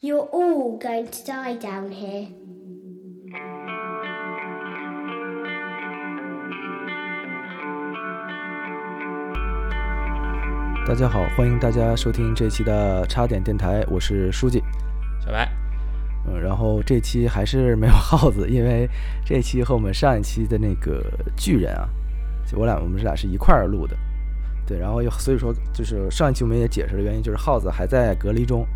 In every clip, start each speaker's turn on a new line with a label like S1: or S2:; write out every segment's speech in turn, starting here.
S1: You're all going to die down here.
S2: Hello，大家好，欢迎大家收听这期的插点电台，我是书记。
S3: 小白，
S2: 嗯，然后这期还是没有耗子，因为这期和我们上一期的那个巨人啊，就我俩我们是俩是一块儿录的，对，然后又所以说就是上一期我们也解释了原因，就是耗子还在隔离中，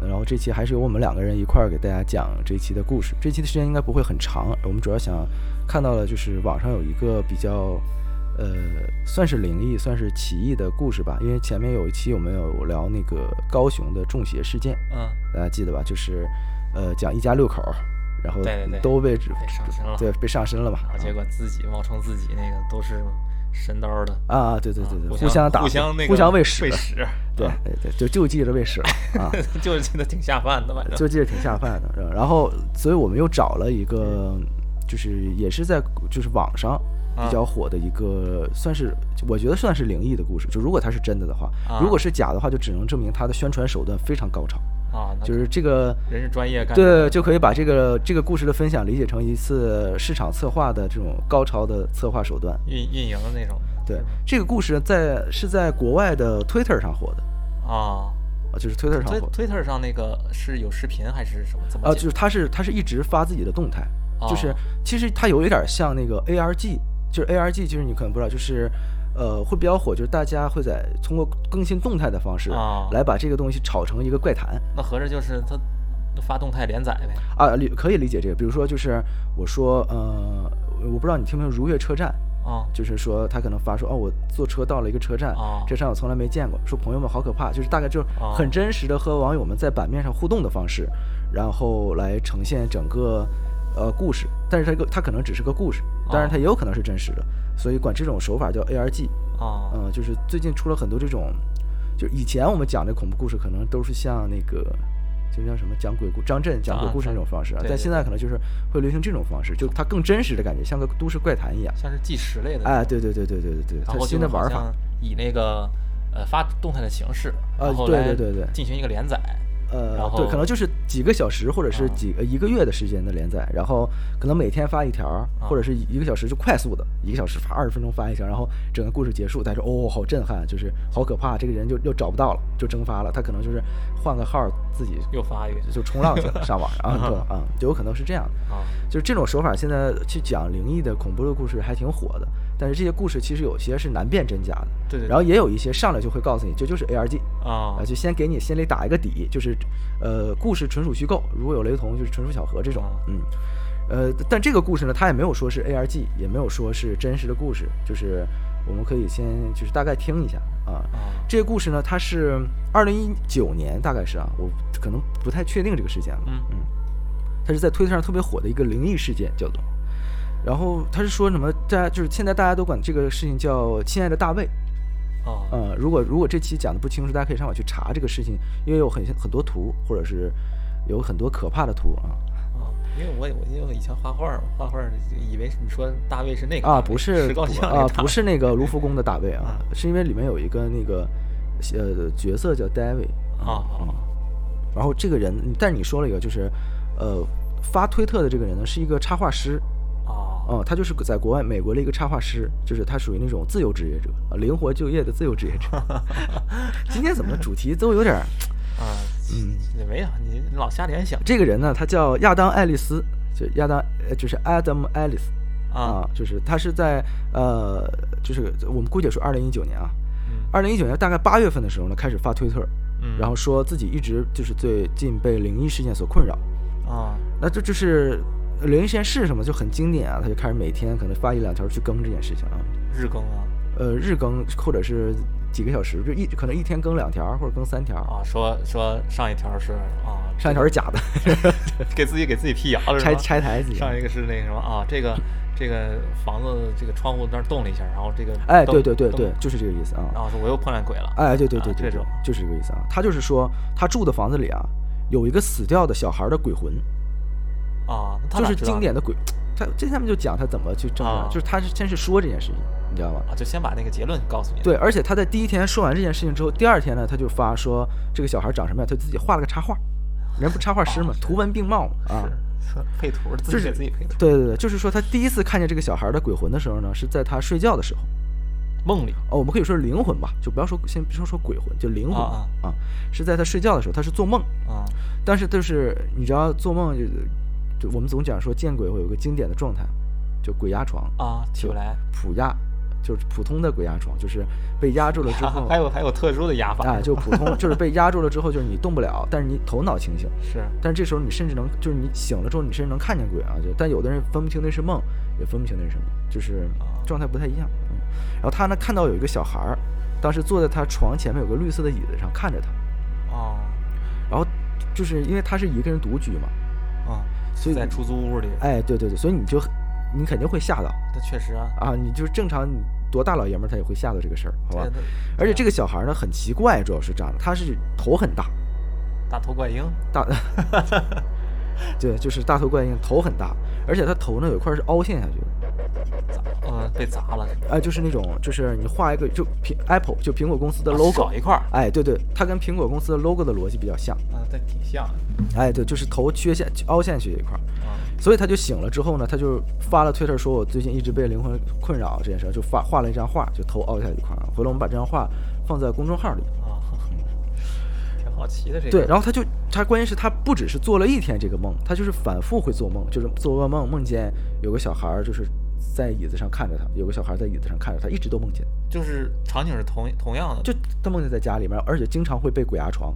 S2: 嗯然后这期还是由我们两个人一块儿给大家讲这期的故事。这期的时间应该不会很长，我们主要想看到了就是网上有一个比较。呃，算是灵异，算是奇异的故事吧。因为前面有一期我们有聊那个高雄的中邪事件，
S3: 嗯，
S2: 大家记得吧？就是呃，讲一家六口儿，然后
S3: 对对对
S2: 都被指
S3: 被上身了
S2: 对被上身了嘛。
S3: 然后结果自己冒充自己那个都是神刀的，
S2: 啊啊，对对对对，
S3: 啊
S2: 互相打，
S3: 互相那个
S2: 互相喂
S3: 屎，喂 啊屎，
S2: 对对对，就就记着喂屎了 啊，
S3: 就是觉得挺下饭的，反正
S2: 就记着挺下饭的。然后，所以我们又找了一个，就是也是在就是网上。比
S3: 啊
S2: 较火的一个，算是我觉得算是灵异的故事。就如果它是真的的话，
S3: 啊
S2: 如果是假的话，就只能证明它的宣传手段非常高超。
S3: 啊，那
S2: 就是这个
S3: 人是专业干的，
S2: 对，就可以把这个这个故事的分享理解成一次市场策划的这种高超的策划手段。
S3: 运运营的那种，
S2: 对
S3: 是，
S2: 这个故事在是在国外的 Twitter 上火的
S3: 啊。
S2: 啊，就是 Twitter 上
S3: 推
S2: 火的
S3: Twitter 上那个是有视频还是什么？怎么
S2: 啊，
S3: 解
S2: 就是他是他是一直发自己的动态，
S3: 哦
S2: 就是其实它有一点像那个 ARG，就是 ARG，就是你可能不知道，就是呃会比较火，就是大家会在通过更新动态的方式
S3: 哦
S2: 来把这个东西炒成一个怪谈。
S3: 那合着就是他发动态连载呗？
S2: 啊，理可以理解这个。比如说，就是我说，呃，我不知道你听没听如月车站，
S3: 啊
S2: 就是说他可能发说，哦，我坐车到了一个车站，
S3: 哦
S2: 这站我从来没见过，说朋友们好可怕，就是大概就是很
S3: 哦
S2: 真实的和网友们在版面上互动的方式，然后来呈现整个呃故事。但是它这个它可能只是个故事，
S3: 哦
S2: 当然它也有可能是真实的，所以管这种手法叫 ARG。
S3: 啊
S2: 嗯，就是最近出了很多这种，就是以前我们讲的恐怖故事，可能都是像那个，就是叫什么讲鬼故张震讲鬼
S3: 啊
S2: 故事那种方式啊，
S3: 对
S2: 但
S3: 对
S2: 现在可能就是会流行这种方式，就它更真实的感觉，像个都市怪谈一样。
S3: 像是纪实类的。
S2: 哎，对对对对对对对，
S3: 然
S2: 它
S3: 后
S2: 新
S3: 就
S2: 的
S3: 好
S2: 玩法
S3: 像，以那个呃发动态的形式，
S2: 啊
S3: 然后
S2: 对
S3: 来
S2: 对对对
S3: 进行一个连载。
S2: 呃
S3: 然，
S2: 对，
S3: 后
S2: 可能就是几个小时或者是
S3: 啊
S2: 几、呃一个月的时间的连载，然后可能每天发一条儿，
S3: 嗯
S2: 或者是一个小时就快速的，一个小时发二十分钟发一条，然后整个故事结束，大家说哦，好震撼，就是好可怕，这个人就又找不到了，就蒸发了，他可能就是换个号儿自己
S3: 又发一个
S2: 就冲浪去了，上网啊， 你知道吧啊，就有可能是这样的。
S3: 啊
S2: 就是这种手法，现在去讲灵异的、恐怖的故事还挺火的。但是这些故事其实有些是难辨真假的，
S3: 对对对
S2: 然后也有一些上来就会告诉你，这就是 ARG
S3: 啊
S2: 啊，就先给你心里打一个底，就是，呃，故事纯属虚构，如果有雷同就是纯属巧合这种
S3: 啊，
S2: 嗯，呃，但这个故事呢，它也没有说是 ARG，也没有说是真实的故事，就是我们可以先就是大概听一下啊。
S3: 啊
S2: 这个故事呢，它是二零一九年大概是啊，我可能不太确定这个事件了，
S3: 嗯
S2: 嗯，它是在推特上特别火的一个灵异事件，叫做。然后他是说什么？大家就是现在大家都管这个事情叫“亲爱的大卫”，
S3: 啊
S2: 呃，如果如果这期讲的不清楚，大家可以上网去查这个事情，因为有很很多图，或者是有很多可怕的图啊
S3: 啊！因为我我因为我以前画画儿嘛，画画儿以为是你说大卫是那个
S2: 啊，
S3: 大卫
S2: 不是
S3: 石膏
S2: 不
S3: 像那
S2: 啊
S3: 个，大
S2: 不
S3: 卫
S2: 是那个卢浮宫的大卫啊
S3: 啊，
S2: 是因为里面有一个那个呃角色叫 David
S3: 啊啊
S2: 然后这个人，但是你说了一个就是，呃，发推特的这个人呢是一个插画师，
S3: 啊
S2: 哦，他就是在国外美国的一个插画师，就是他属于那种自由职业者，啊灵活就业的自由职业者。今天怎么主题都有点儿？
S3: 啊！嗯，没有你你老瞎联想
S2: 这个人呢，他叫亚当·爱丽丝，就亚当，呃就是 Adam Alice
S3: 啊
S2: 啊，就是他是在呃，就是我们姑且说二零一九年啊，
S3: 嗯
S2: 二零一九年大概八月份的时候呢，开始发推特，
S3: 嗯
S2: 然后说自己一直就是最近被灵异事件所困扰，
S3: 啊
S2: 那这就是灵异事件是什么就很经典啊，他就开始每天可能发一两条去更这件事情啊，
S3: 日更啊
S2: 呃，日更或者是几个小时，就一可能一天更两条或者更三条，
S3: 啊说说上一条是啊
S2: 上一条是假 的，
S3: 给自己给自己辟谣了是
S2: 拆
S3: 吧？
S2: 拆台自己。
S3: 上一个是那什么啊，这个这个房子这个窗户那儿动了一下，然后这个
S2: 哎，
S3: 灯
S2: 对对对
S3: 灯
S2: 对，就是这个意思啊。
S3: 然后说我又碰见鬼了，
S2: 哎，对对
S3: 啊
S2: 对对，
S3: 这
S2: 对
S3: 种
S2: 就是这个意思啊。他就是说，他住的房子里啊，有一个死掉的小孩的鬼魂，
S3: 啊，那他
S2: 就
S3: 哪
S2: 是
S3: 知道
S2: 经典的鬼。他这下面就讲他怎么去挣扎，
S3: 啊
S2: 就是他是先是说这件事情，你知道吗？
S3: 啊，就先把那个结论告诉你，
S2: 对，而且他在第一天说完这件事情之后，第二天呢，他就发说这个小孩长什么样，他自己画了个插画，人不插画
S3: 哦
S2: 师嘛，图文并茂嘛啊。
S4: 是配图，自
S2: 就
S4: 己
S2: 是
S4: 给自己配图，
S2: 对对对，就是说他第一次看见这个小孩的鬼魂的时候呢，是在他睡觉的时候。
S3: 梦里
S2: 哦，我们可以说是灵魂吧，就不要说先不说说鬼魂，就灵魂
S3: 啊
S2: 是在他睡觉的时候，他是做梦，
S3: 啊，
S2: 但是就是你知道做梦就就我们总讲说见鬼会有个经典的状态，就鬼压床
S4: 啊，起不来。
S2: 普压，就是普通的鬼压床，就是被压住了之
S4: 哈
S2: 后
S4: 哈，
S3: 啊
S4: 还有还有特殊的压法
S2: 嗯啊，就普通就是被压住了之后，就是你动不了，但是你头脑清醒，
S3: 是
S2: 但这时候你甚至能，就是你醒了之后，你甚至能看见鬼啊！就但有的人分不清那是梦，也分不清那是什么，就是
S3: 啊
S2: 状态不太一样。嗯，然后他呢看到有一个小孩儿，当时坐在他床前面有个绿色的椅子上看着他，
S3: 哦
S2: 然后就是因为他是一个人独居嘛，
S3: 啊，
S2: 所以
S3: 在出租屋里，
S2: 哎，对对对，所以你就你肯定会吓到
S3: 那确实啊，
S2: 啊！你就是正常你多大老爷们儿他也会吓到这个事儿，好吧
S3: 对？
S2: 而且这个小孩儿呢很奇怪，主要是这样的，他是头很大，
S4: 大头怪婴，
S2: 大， 对，就是大头怪婴，头很大，而且他头呢有一块儿是凹陷下去的。
S3: 砸呃被砸了，
S2: 啊，就是那种，就是你画一个就苹 Apple 就苹果公司的
S3: 啊
S2: logo，、
S3: 少一块儿
S2: 哎，对对，它跟苹果公司的 logo 的逻辑比较像，
S4: 啊，这挺像的。
S2: 哎，对，就是头缺陷凹陷去一块儿，
S3: 啊
S2: 所以他就醒了之后呢，他就发了推特说，我最近一直被灵魂困扰这件事儿，就发画了一张画，就头凹下一块儿，啊回来我们把这张画放在公众号里，
S4: 啊，挺好奇的这个。
S2: 对，然后他就他关键是他不只是做了一天这个梦，他就是反复会做梦，就是做噩梦，梦见有个小孩儿就是在椅子上看着他，有个小孩儿在椅子上看着他，一直都梦见。
S3: 就是场景是同同样的，
S2: 就他梦见在家里面，而且经常会被鬼压床。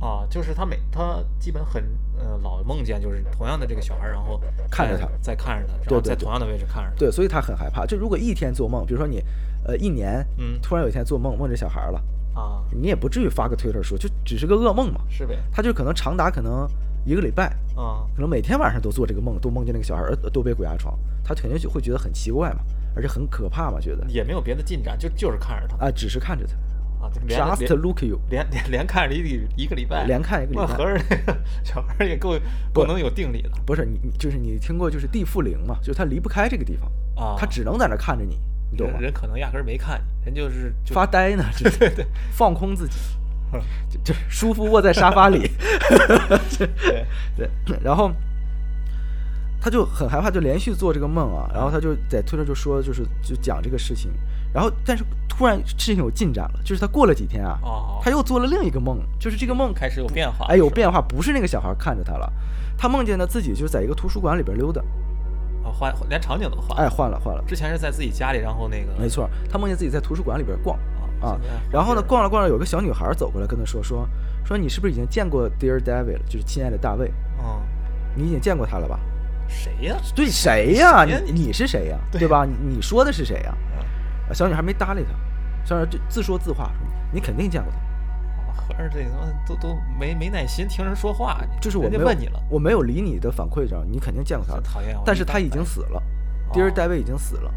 S3: 啊，就是他每他基本很呃老梦见就是同样的这个小孩儿，然后
S2: 看着
S3: 在
S2: 他
S3: 再看着他，然
S2: 对
S3: 后
S2: 对
S3: 在
S2: 对
S3: 同样的位置看着他，
S2: 对，所以他很害怕。就如果一天做梦，比如说你，呃，一年，
S3: 嗯
S2: 突然有一天做梦梦着小孩儿了，
S3: 啊，
S2: 你也不至于发个推特说，就只是个噩梦嘛。
S3: 是呗，
S2: 他就可能长达可能一个礼拜，
S3: 啊
S2: 可能每天晚上都做这个梦，都梦见那个小孩儿呃都被鬼压床，他肯定就会觉得很奇怪嘛，而且很可怕嘛，觉得
S3: 也没有别的进展，就就是看着他
S2: 啊，只是看着他
S3: 啊，就连
S2: ，just
S3: 连
S2: look you，
S3: 连连连看了一个一个礼拜，
S2: 连看一个礼
S3: 那
S2: 拜
S3: 合着那个 小孩儿也够够能有定力了
S2: 不是你，你就是你听过就是地缚灵嘛，就是他离不开这个地方，
S3: 啊，
S2: 他只能在那儿看着你，你懂吗啊
S3: 人？人可能压根儿没看你，人就是就
S2: 发呆呢，这对对， 放空自己，
S3: 嗯
S2: 就就舒服卧在沙发 里，
S3: 对
S2: 对，然后他就很害怕，就连续做这个梦啊，然后他就在推特就说，就是就讲这个事情，然后但是突然事情有进展了，就是他过了几天啊，
S3: 哦
S2: 他又做了另一个梦，就是这个梦
S3: 开始有变化，
S2: 哎有
S3: 是吧
S2: 变化，不是那个小孩看着他了，他梦见呢自己就在一个图书馆里边溜达，
S3: 啊换连场景都换
S2: 哎，换了换了，
S3: 之前是在自己家里，然后那个
S2: 没错，他梦见自己在图书馆里边逛。啊
S3: 啊，现在换
S2: 然后呢，
S3: 地儿
S2: 逛着逛着，有个小女孩走过来跟他说说说你是不是已经见过 Dear David 了？就是亲爱的大卫，
S3: 嗯
S2: 你已经见过他了吧？
S3: 谁呀？
S2: 对谁呀、
S3: 谁呀
S2: 你你是谁呀、对吧？你你说的是谁呀、啊小女孩没搭理他，小女孩就自说自话说你肯定见过他，
S3: 啊合着这他妈都都没没耐心听人说话，你
S2: 就是我
S3: 人
S2: 没
S3: 家
S2: 有
S3: 问你了，
S2: 我没有理你的反馈，这样你肯定见过他
S3: 真。讨厌我
S2: 但
S3: 一
S2: 是
S3: 般
S2: 他已
S3: 反
S2: 经
S3: 应
S2: 死了，Dear
S3: 哦
S2: David 已经死了。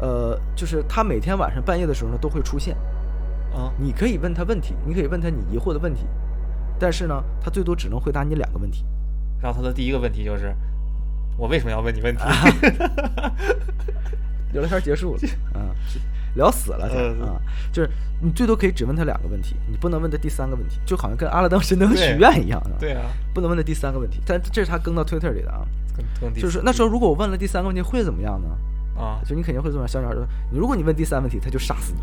S2: 呃，就是他每天晚上半夜的时候呢，都会出现。
S3: 嗯
S2: 你可以问他问题，你可以问他你疑惑的问题，但是呢，他最多只能回答你两个问题。
S3: 然后他的第一个问题就是，我为什么要问 你问题？
S2: 聊天结 束了，啊，聊死了才
S3: 嗯
S2: 啊，就是你最多可以只问他两个问题，你不能问他第三个问题，就好像跟阿拉当神灯许
S3: 对
S2: 愿一样啊，
S3: 对啊，
S2: 不能问他第三个问题，但这是他更到 Twitter 里的啊，
S3: 跟跟第
S2: 就是那时候如果我问了第三个问题会怎么样呢？
S3: 啊，
S2: 就你肯定会这么想，小女孩说，你如果你问第三问题，他就杀死你，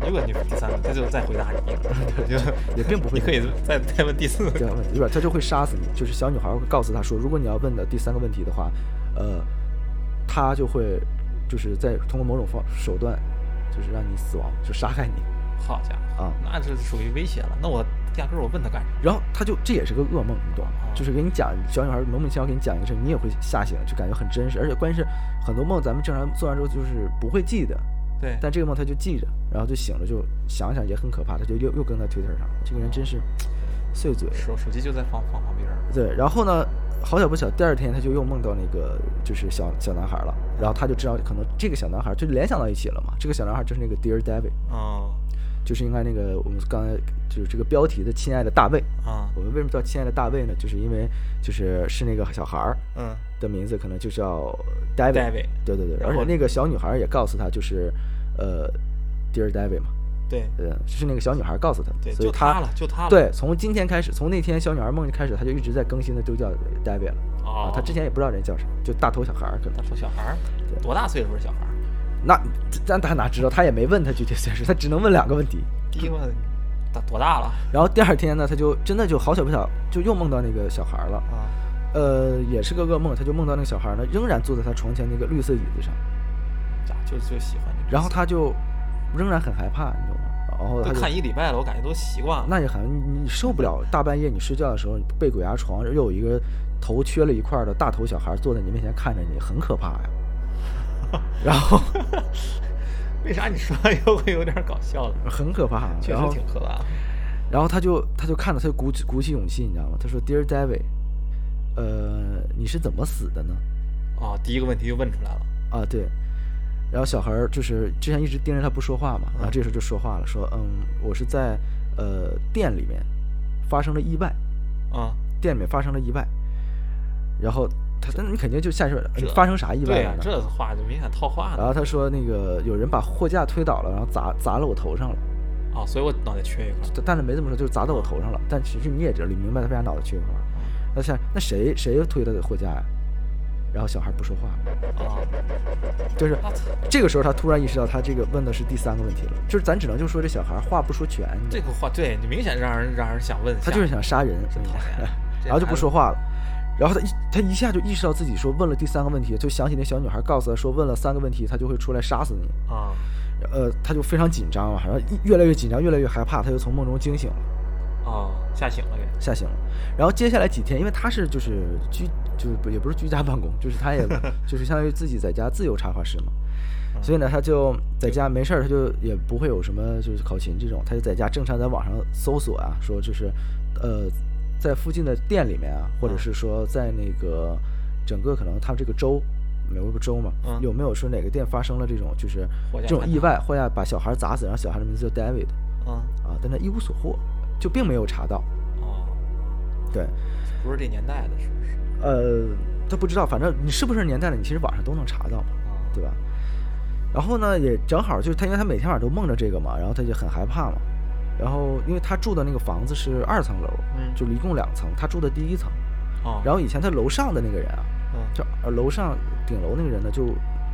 S3: 如果你第三个，他就再回答 你一个，他就
S2: 也并不会
S3: 你可以再再问第四
S2: 这
S3: 个
S2: 样问题，对吧？他就会杀死你。就是小女孩会告诉他说，如果你要问的第三个问题的话，呃，他就会就是在通过某种方手段，就是让你死亡，就杀害你。
S3: 好家伙，
S2: 啊
S3: 那这属于威胁了。那我压根儿我问他干啥？
S2: 然后他就这也是个噩梦，你懂吗？就是给你讲小女孩莫名其妙给你讲一个事儿，你也会吓醒，就感觉很真实。而且关键是很多梦咱们正常做完之后就是不会记得，
S3: 对，
S2: 但这个梦他就记着，然后就醒了就想想也很可怕，他就又又跟在推特上了。这个人真是碎嘴。
S3: 手手机就在放放旁边儿。
S2: 对，然后呢，好巧不巧，第二天他就又梦到那个就是小小男孩了，然后他就知道可能这个小男孩就联想到一起了嘛。这个小男孩就是那个 Dear David，
S3: 嗯
S2: 就是应该那个我们刚才就是这个标题的亲爱的大卫。
S3: 啊
S2: 我们为什么叫亲爱的大卫呢？就是因为就是是那个小孩儿
S3: 嗯，
S2: 的名字可能就叫 David。
S3: David
S2: 对对对，
S3: 然
S2: 而且
S3: 后
S2: 那个小女孩也告诉他，就是呃，Dear David 嘛，
S5: 对
S2: 呃，是那个小女孩告诉他的，
S5: 对，
S2: 所以
S5: 就他了，就他了。
S3: 嗯
S2: 对，从今天开始，从那天小女孩梦开始，他就一直在更新的都叫 David 了啊
S5: 哦，。
S2: 他之前也不知道人叫啥，就大头小孩儿可
S3: 他
S2: 能。
S3: 说小孩儿
S2: 对
S3: 多大岁数的小孩儿？
S2: 那但他哪知道？他也没问他具体岁数，他只能问两个问题。
S3: 第一个问他多大了？
S2: 然后第二天呢，他就真的就好巧不巧，就又梦到那个小孩儿了。
S3: 啊，
S2: 呃，也是个噩梦，他就梦到那个小孩儿呢，仍然坐在他床前那个绿色椅子上，
S3: 咋就就喜欢这个？
S2: 然后他就仍然很害怕，你懂吗？然后他
S3: 都
S2: 就
S3: 看一礼拜了，我感觉都习惯了。
S2: 那也很你受不了，大半夜你睡觉的时候你被鬼压床，又有一个头缺了一块儿的大头小孩坐在你面前看着你，很可怕呀。然后
S3: 为啥你说又会有点搞笑了？
S2: 很可怕，
S3: 确
S2: 嗯然
S3: 实
S2: 后
S3: 挺可怕的。
S2: 然后他就他就看着他就鼓起鼓起勇气，你知道吗？他说：“Dear David，呃，你是怎么死的呢？”
S3: 啊，第一个问题就问出来了。
S2: 啊，对。然后小孩儿就是之前一直盯着他不说话嘛，
S3: 嗯
S2: 然后这时候就说话了，说嗯，我是在呃店里面发生了意外，
S3: 啊，
S2: 店里面发生了意外。然后他，那你肯定就下意识问
S3: 这
S2: 嗯发生啥意外
S3: 对呀啊
S2: 了，呢？
S3: 这话就明显套话
S2: 然
S3: 呢。
S2: 后他说那个有人把货架推倒了，然后砸砸了我头上了，
S3: 啊，所以我脑袋缺一块。
S2: 但但是没这么说，就是砸到我头上了。但其实你也知道，你明白他为啥脑袋缺一块儿。那想那谁谁又推他的货架呀、然后小孩儿不说话了。
S3: 啊，
S2: 就是这个时候，他突然意识到他这个问的是第三个问题了，就是咱只能就说这小孩话不说全，你知
S3: 这
S2: 道吗
S3: 个话对你明显让人让人想问一下。
S2: 他就是想杀人，。
S3: 真讨厌
S2: 然后就不说话了。然后他一他一下就意识到自己说问了第三个问题，就想起那小女孩告诉他说问了三个问题，他就会出来杀死你。
S3: 啊，
S2: 呃，他就非常紧张嘛，然后一越来越紧张，越来越害怕，他就从梦中惊醒了，
S3: 啊，吓醒了给。
S2: 吓醒了。然后接下来几天，因为他是就是居就是不也不是居家办公，就是他也就是相当于自己在家自由插画师嘛。所以呢，他就在家没事儿，他就也不会有什么就是考勤这种，他就在家正常在网上搜索啊，说就是，呃，在附近的店里面啊，或者是说在那个整个可能他们这个州，美国不州嘛，
S3: 嗯
S2: 有没有说哪个店发生了这种就是
S3: 货架
S2: 这种
S3: 坍
S2: 意外，或者把小孩砸死，然后小孩的名字叫 David
S3: 啊，
S2: 啊，但他一无所获，就并没有查到，
S3: 哦，
S2: 对，
S3: 不是这年代的，是不是？
S2: 呃，他不知道，反正你是不是年代了，你其实网上都能查到嘛。
S3: 啊，
S2: 对吧？然后呢，也正好就是他，因为他每天晚上都梦着这个嘛，然后他就很害怕嘛。然后因为他住的那个房子是二层楼，
S3: 嗯
S2: 就是一共两层，他住的第一层。
S3: 啊，
S2: 然后以前他楼上的那个人啊，
S3: 嗯
S2: 就呃楼上顶楼那个人呢就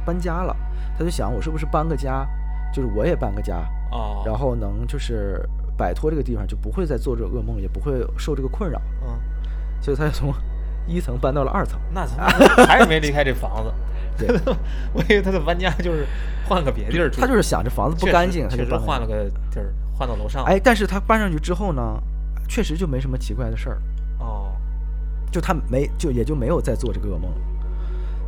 S2: 搬家了，他就想我是不是搬个家，就是我也搬个家，
S3: 哦，
S2: 然后能就是摆脱这个地方，就不会再做这个噩梦，也不会受这个困扰，
S3: 嗯，
S2: 所以他就从一层搬到了二层。
S3: 那他 妈还是没离开这房子。
S2: 对，
S3: 我以为他的搬家就是换个别地儿住，
S2: 他就是想着房子不干净，他
S3: 确
S2: 就
S3: 实确实
S2: 搬
S3: 换
S2: 了
S3: 了个地儿，换到楼上。，
S2: 哎，但是他搬上去之后呢，确实就没什么奇怪的事儿，
S3: 哦，
S2: 就他没就也就没有再做这个噩梦了。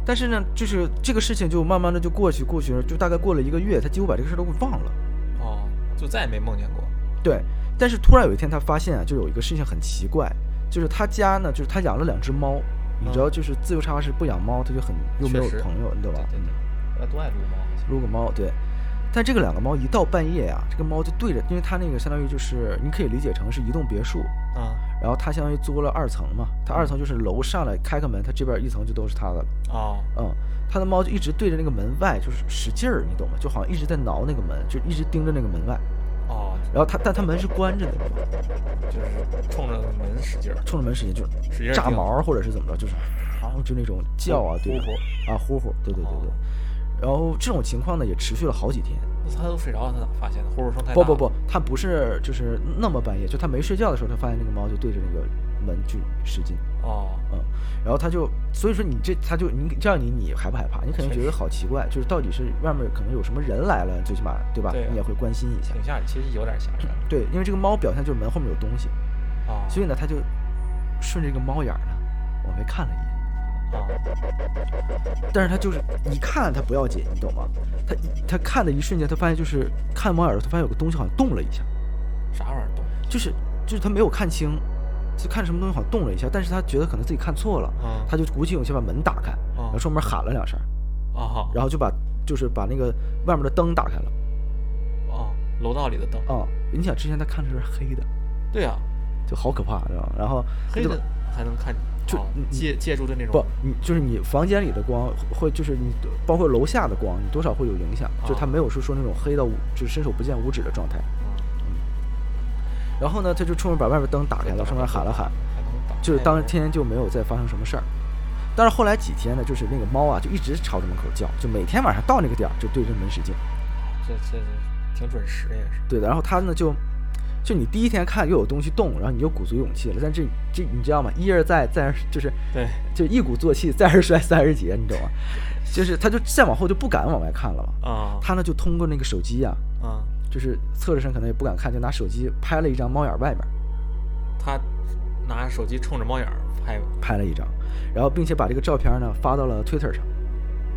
S2: 但是呢，就是这个事情就慢慢的就过去过去了，就大概过了一个月，他几乎把这个事儿都给忘了。
S3: 哦，就再也没梦见过。
S2: 对，但是突然有一天他发现啊，就有一个事情很奇怪，就是他家呢，就是他养了两只猫，你知道，就是自由插画师不养猫，他就很又没有
S3: 嗯确实
S2: 朋友，你懂吧？嗯
S3: 对对，对，多爱撸猫好像。
S2: 撸个猫，对。但这个两个猫一到半夜啊，这个猫就对着，因为它那个相当于就是你可以理解成是移动别墅，
S3: 啊
S2: 然后他相当于租了二层嘛，他二层就是楼上来开个门，他这边一层就都是他的了。
S3: 哦
S2: 嗯，他的猫就一直对着那个门外，就是使劲儿，你懂吗？就好像一直在挠那个门，就一直盯着那个门外。
S3: 哦，
S2: 然后他，但他门是关着的，你懂吗
S3: 就是冲着门使劲儿。
S2: 冲着门使劲
S3: 使
S2: 就
S3: 劲儿
S2: 炸
S3: 盯
S2: 毛儿或者是怎么着，就是，啊，就那种叫啊，对着
S3: 呼
S2: 啊呼呼，对对对对
S3: 哦。
S2: 然后这种情况呢也持续了好几天。
S3: 那他都睡着了，他咋发现的？呼噜声太大。
S2: 不不不，，他不是就是那么半夜，就他没睡觉的时候，他发现那个猫就对着那个门去使劲。
S3: 哦，
S2: 嗯，然后他就，所以说你这，他就你这样你你害不害怕？你肯定觉得好奇怪，就是到底是外面可能有什么人来了，最起码对吧？
S3: 对啊
S2: 你也会关心一下。
S3: 挺吓人，其实有点吓人。
S2: 对，因为这个猫表现就是门后面有东西，
S3: 哦，
S2: 所以呢，他就顺着这个猫眼儿呢往外看了一眼，
S3: 哦
S2: 但是他就是一看他不要紧，你懂吗？他一他看的一瞬间，他发现就是看猫眼儿的时候，他发现有个东西好像动了一下，
S3: 啥玩意儿动？
S2: 就是就是他没有看清，就看什么东西好像动了一下，但是他觉得可能自己看错了，
S3: 嗯
S2: 他就鼓起勇气把门打开，
S3: 嗯
S2: 然后出门喊了两声。
S3: 哦
S2: 然后就把就是把那个外面的灯打开了
S3: 哦，楼道里的灯。
S2: 啊、你想之前他看的是黑的，
S3: 对啊，
S2: 就好可怕，知道吗？然后
S3: 黑的还能看，
S2: 就
S3: 哦
S2: 你你
S3: 借借助的那种
S2: 不，你就是你房间里的光会就是你包括楼下的光，你多少会有影响，就
S3: 啊
S2: 它没有是说那种黑到无就是伸手不见五指的状态，
S3: 嗯
S2: 然后呢，他就出门把外边灯打开了，上面喊了喊，
S3: 还能打
S2: 就是
S3: 开
S2: 当
S3: 门
S2: 天就没有再发生什么事儿。但是后来几天呢，就是那个猫啊，就一直朝着门口叫，就每天晚上到那个点儿就对着门使劲。
S3: 这这这挺准时也是。
S2: 对的，然后它呢就，就你第一天看又有东西动，然后你又鼓足勇气了，但这这你知道吗？一而再，再而就是
S3: 对，
S2: 就一鼓作气，再而衰，三而竭，你懂吗？就是他就再往后就不敢往外看了嘛。
S3: 啊
S2: 他呢就通过那个手机啊，
S3: 啊，
S2: 就是侧着身可能也不敢看，就拿手机拍了一张猫眼外边，
S3: 他拿手机冲着猫眼儿拍吧
S2: 拍了一张，然后并且把这个照片呢发到了 Twitter 上。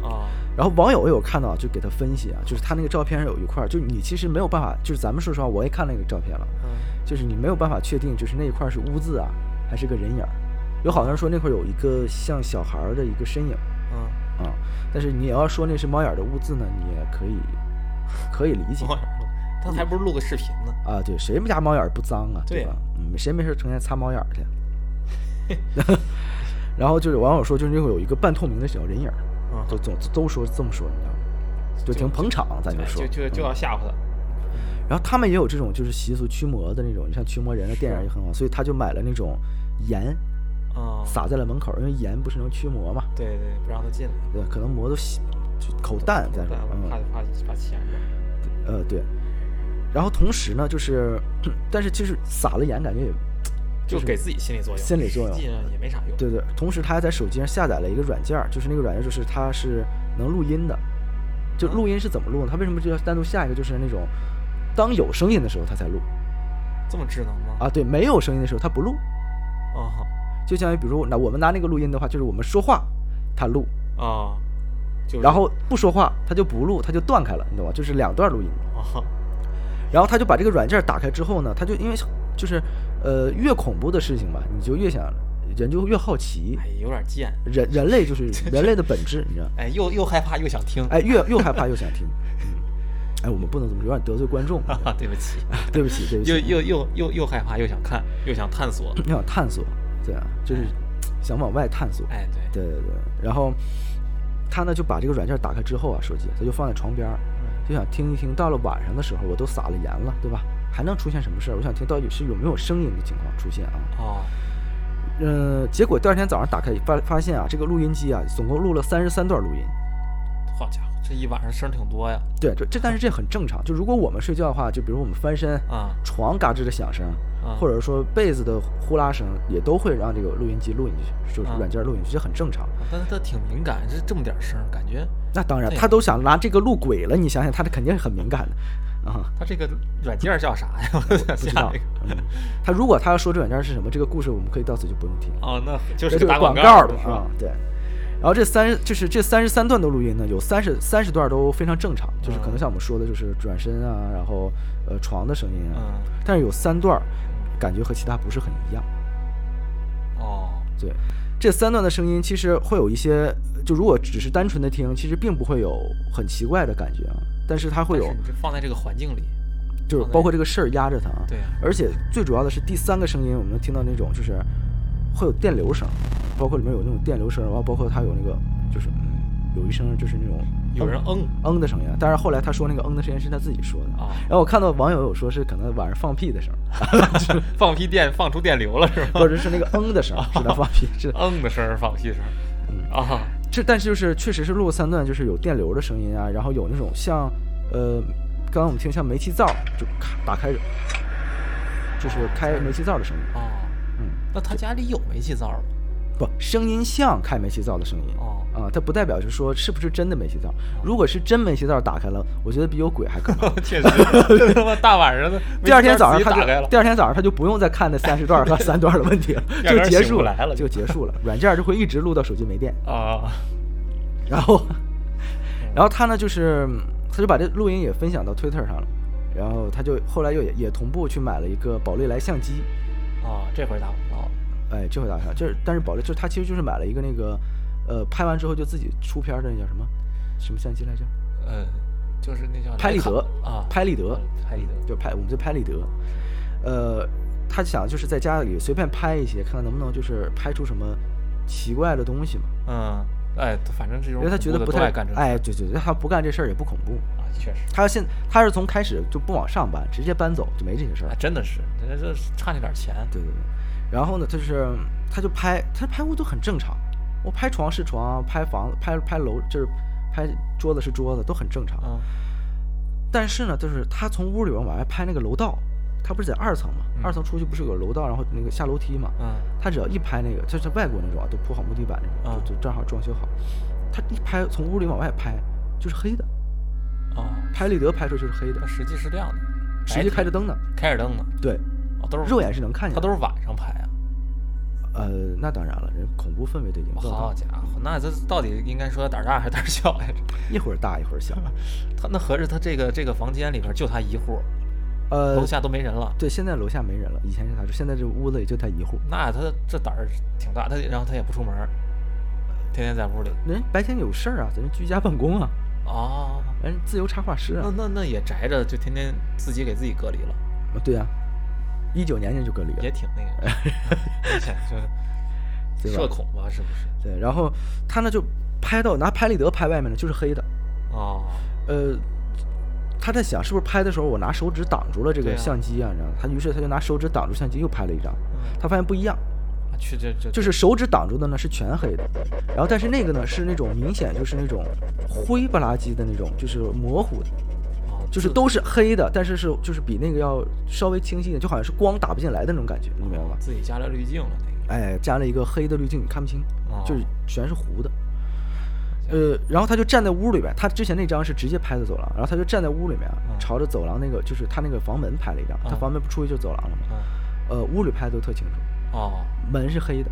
S3: 啊
S2: 然后网友也有看到，就给他分析啊，就是他那个照片上有一块儿，就是你其实没有办法，就是咱们说实话，我也看那个照片了，
S3: 嗯
S2: 就是你没有办法确定，就是那一块儿是污渍啊，还是个人影儿。有好多人说那块儿有一个像小孩儿的一个身影
S3: 嗯，
S2: 啊、但是你要说那是猫眼儿的污渍呢，你也可以可以理解
S3: 猫眼儿，
S2: 嗯
S3: 他还不如录个视频呢。
S2: 啊。对，谁们家猫眼儿不脏啊？对
S3: 对
S2: 吧？嗯，谁没事成天擦猫眼儿去？ 然后就是网友说，就是那会儿有一个半透明的小人影儿，
S3: 嗯
S2: 都总都说都这么说，你知道吗？啊就挺捧场，咱就说
S4: 就就就要吓唬他。
S2: 然后他们也有这种就是习俗驱魔的那种，你像驱魔人的电影也很好，所以他就买了那种盐
S3: 啊，
S2: 撒在了门口，因为盐不是能驱魔嘛，
S3: 对对，不让他进来，
S2: 对吧，可能魔都吸就口淡再说
S3: 对，，怕
S2: 嗯，
S3: 怕怕钱。
S2: 呃对。然后同时呢，就是， 但是其实撒了盐感觉也，
S3: 就是给自己心理作用，
S2: 心理作用
S3: 实际上也没啥用。
S2: 对对。同时他还在手机上下载了一个软件儿，就是那个软件儿就是它是能录音的，就录音是怎么录呢？他为什么就要单独下一个？就是那种当有声音的时候他才录
S3: 这么智能吗？
S2: 啊，对，没有声音的时候他不录。
S3: 啊
S2: 就相当于比如那我们拿那个录音的话，就是我们说话，它录，
S3: 啊，就是
S2: 然后不说话它就不录，它就断开了，你懂吗？就是两段录音。
S3: 啊
S2: 然后他就把这个软件打开之后呢，他就因为就是呃越恐怖的事情吧，你就越想人就越好奇
S3: 哎，，有点贱，
S2: 人人类就是人类的本质，你知道？
S3: 哎，又又害怕又想听，
S2: 哎，越越害怕越想听。嗯，哎，我们不能这么说，有点得罪观众。你知道
S3: 啊，对不起，
S2: 对不起，对不起，
S3: 又又又又又害怕又想看又想探索，
S2: 要想探索，对啊，就是想往外探索。
S3: 哎，对，
S2: 对对对，然后他呢就把这个软件打开之后啊，手机他就放在床边儿，
S3: 嗯
S2: 就想听一听。到了晚上的时候，我都撒了盐了，对吧？还能出现什么事儿？我想听到底是有没有声音的情况出现啊？
S3: 哦，
S2: 嗯，结果第二天早上打开发发现啊，这个录音机啊，总共录了三十三段录音。
S3: 好家伙，这一晚上声儿挺多呀，
S2: 对，这这但是这很正常。就如果我们睡觉的话，就比如我们翻身，
S3: 啊
S2: 床嘎吱的响声，
S3: 啊
S2: 或者说被子的呼啦声，也都会让这个录音机录进去，就是
S3: 啊
S2: 软件录进去，这很正常。
S3: 但是他挺敏感，这这么点儿声儿，感觉
S2: 那当然，
S3: 对
S2: 他都想拿这个录鬼了，你想想，他这肯定是很敏感的啊。
S3: 他这个软件儿叫啥呀？我想
S2: 不知
S3: 下
S2: 道
S3: 一个。，
S2: 嗯，他如果他要说这软件是什么，这个故事我们可以到此就不用听，
S3: 哦，那就
S2: 这
S3: 是
S2: 是
S3: 个打
S2: 广
S3: 告
S2: 告的
S3: 是
S2: 啊
S3: 吧？。
S2: 对，然后这三就是这三十三段的录音呢，有三十三十段都非常正常，就是
S3: 嗯
S2: 可能像我们说的，就是转身啊，然后呃床的声音啊，
S3: 嗯，
S2: 但是有三段儿感觉和其他不是很一样。
S3: 哦，
S2: 对，这三段的声音其实会有一些，就如果只是单纯的听，其实并不会有很奇怪的感觉啊，但是它会
S3: 但
S2: 有
S3: 是你这放在这个环境里，
S2: 就是包括这个事儿压着他啊。
S3: 对啊
S2: 而且最主要的是第三个声音，我们能听到那种就是会有电流声，包括里面有那种电流声，然后包括它有那个就是嗯有一声就是那种
S3: 有人嗯
S2: 嗯的声音啊。但是后来他说那个嗯的声音是他自己说的。
S3: 啊，
S2: 然后我看到网友有说是可能晚上放屁的声儿，
S3: 放屁电放出电流了是
S2: 或
S3: 吗？
S2: 者是那个嗯的声儿，是他放屁，是
S3: 嗯的声儿，放屁声
S2: 嗯
S3: 儿啊，
S2: 这但是就是确实是录了三段，就是有电流的声音啊，然后有那种像呃，刚刚我们听像煤气灶就咔打开，就是开煤气灶的声音，
S3: 哦，
S2: 嗯。
S3: 那他家里有煤气灶吗？
S2: 不，声音像开煤气灶的声音。
S3: 哦
S2: 啊、它不代表是说是不是真的煤气灶。如果是真煤气灶打开了，我觉得比有鬼还可 怕。
S3: 确实，这他妈大晚上的，
S2: 第二天早上
S3: 煤气
S2: 他
S3: 自己打开
S2: 就
S3: 了
S2: 第二天早上他就不用再看那三十 段和三段的问题了，
S3: 第二
S2: 就
S3: 天
S2: 结
S3: 醒
S2: 束
S3: 不来了
S2: 就结束了。软件就会一直录到手机没 电，
S3: 啊，
S2: 然后，然后他呢就是他就把这录音也分享到 Twitter 上了，然后他就后来又也也同步去买了一个宝丽来相机，
S3: 哦，这回打广告了
S2: 哎，这回打上就是，但是保利就是他其实就是买了一个那个，呃，拍完之后就自己出片儿的那叫什么什么相机来着？
S3: 嗯，就是那叫
S2: 拍立得
S3: 啊，
S2: 拍立得，
S3: 拍立得
S2: 就拍我们就拍立得，呃，他想就是在家里随便拍一些，看看能不能就是拍出什么奇怪的东西嘛，
S3: 嗯，哎，反正这种
S2: 因为他觉得
S3: 恐
S2: 不
S3: 怖的都
S2: 太
S3: 爱干这种
S2: 哎，对对对，他不干这事儿也不恐怖，
S3: 啊，确实
S2: 他现他是从开始就不往上搬，直接搬走就没这些事儿
S3: 啊
S2: 了。，
S3: 真的是，这这差那点钱，
S2: 对对对，然后呢，他就是他就拍他拍屋都很正常，我拍床是床，拍房拍拍楼就是拍桌子是桌子都很正常。
S3: 啊，
S2: 但是呢，就是他从屋里边往外拍那个楼道，他不是在二层嘛，
S3: 嗯
S2: 二层出去不是有个楼道，然后那个下楼梯嘛，
S3: 嗯
S2: 他只要一拍那个，就是外国那种啊，都铺好木地板那种，
S3: 啊
S2: 就就正好装修好，他一拍从屋里往外拍就是黑的，
S3: 啊，
S2: 拍立得拍出去就是黑的
S3: 它，实际是亮的，
S2: 实际开着灯呢，
S3: 开着灯呢，
S2: 对，
S3: 哦，都是
S2: 肉眼是能看见
S3: 它
S2: 的。
S3: 都是晚上拍啊，
S2: 呃，那当然了，人恐怖氛围都已经
S3: 哦
S2: 做
S3: 好
S2: 到，
S3: 家伙，那这到底应该说胆儿大还是胆儿小呀？
S2: 一会儿大一会儿小，
S3: 嗯他那合着他这个这个房间里边就他一户，
S2: 呃，
S3: 楼下都没人了，
S2: 对，现在楼下没人了，以前是他住，现在这屋子里就他一户，
S3: 那他这胆儿挺大，他然后他也不出门儿，天天在屋里
S2: 人白天有事儿啊，咱这居家办公啊，
S3: 哦，
S2: 人自由插画师啊
S3: 那，那那也宅着，就天天自己给自己隔离了，
S2: 啊对啊，一九年人就隔离了，
S3: 也挺 那个明显就
S2: 对吧
S3: 社恐吧，是不是？
S2: 对，然后他呢就拍到拿拍立得拍外面呢，就是黑的，
S3: 哦，
S2: 呃，他在想是不是拍的时候我拿手指挡住了这
S3: 对
S2: 个
S3: 啊
S2: 相机啊，然后他于是他就拿手指挡住相机又拍了一张，
S3: 嗯
S2: 他发现不一样，
S3: 啊去这这
S2: 就是手指挡住的呢是全黑的，然后但是那个呢是那种明显就是那种灰不拉几的那种，就是模糊的，
S3: 哦
S2: 就是
S3: 自
S2: 都是黑的，但是是就是比那个要稍微清晰一点，就好像是光打不进来的那种感觉，你明白吧？
S3: 自己加了滤镜了那
S2: 哎，加了一个黑的滤镜，你看不清，
S3: 哦
S2: 就是全是糊的。呃，然后他就站在屋里边，他之前那张是直接拍的走廊，然后他就站在屋里面，
S3: 嗯
S2: 朝着走廊那个就是他那个房门拍了一张，他
S3: 嗯
S2: 房门不出去就走廊了嘛，
S3: 个，啊
S2: 呃，屋里拍的都特清楚，
S3: 哦，
S2: 门是黑的，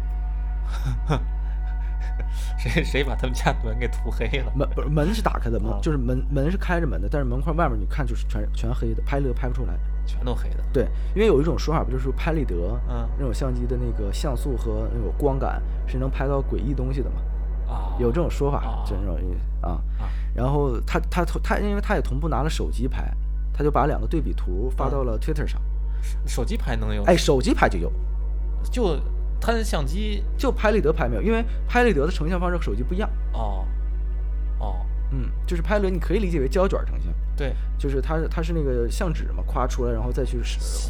S3: 谁谁把他们家门给涂黑了？
S2: 门不是门是打开的，门、
S3: 哦
S2: 就是门门是开着门的，但是门框外面你看就是全全黑的，拍立得拍不出来。
S3: 全都黑的，
S2: 对，因为有一种说法不就是说拍立得，
S3: 嗯
S2: 那种相机的那个像素和那种光感是能拍到诡异东西的嘛，
S3: 啊，
S2: 有这种说法，
S3: 哦
S2: 就那种意思啊。
S3: 啊
S2: 然后他他同他，因为他也同步拿了手机拍，他就把两个对比图
S3: 啊
S2: 发到了 Twitter 上。
S3: 嗯手机拍能有？
S2: 哎，，手机拍就有，
S3: 就他那相机
S2: 就拍立得拍没有，因为拍立得的成像方式和手机不一样。
S3: 哦哦，
S2: 嗯，就是拍立得你可以理解为胶卷成像，
S3: 对，
S2: 就是它是它是那个相纸嘛，夸出来然后再去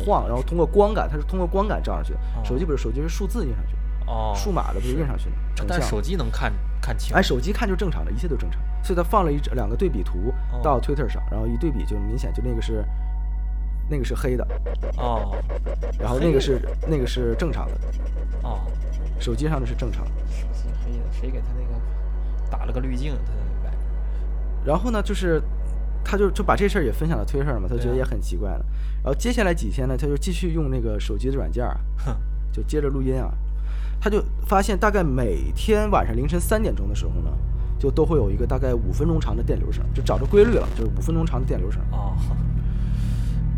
S2: 晃，然后通过光感，它是通过光感照上去的。手机不是手机是数字印上去的，
S3: 哦，
S2: 数码的不是印上去的
S3: 啊
S2: 成
S3: 但是
S2: 像
S3: 手。机能看看清。
S2: 哎，手机看就正常的，一切都正常。所以他放了一两个对比图
S3: 哦
S2: 到 Twitter 上，然后一对比就明显就那个是那个是黑的，
S3: 哦
S2: 然后那个是那个是正常的，
S3: 哦，
S2: 手机上的是正常的。
S3: 手机黑的，谁给他那个打了个滤镜？他在那外面
S2: 然后呢，就是他就就把这事儿也分享到推特上嘛，他觉
S3: 对
S2: 得
S3: 啊
S2: 也很奇怪了。然后接下来几天呢，他就继续用那个手机的软件 儿啊，
S3: 哼
S2: 就接着录音啊。他就发现大概每天晚上凌晨三点钟的时候呢，就都会有一个大概五分钟长的电流声，就找着规律了，就是五分钟长的电流声。
S3: 哦，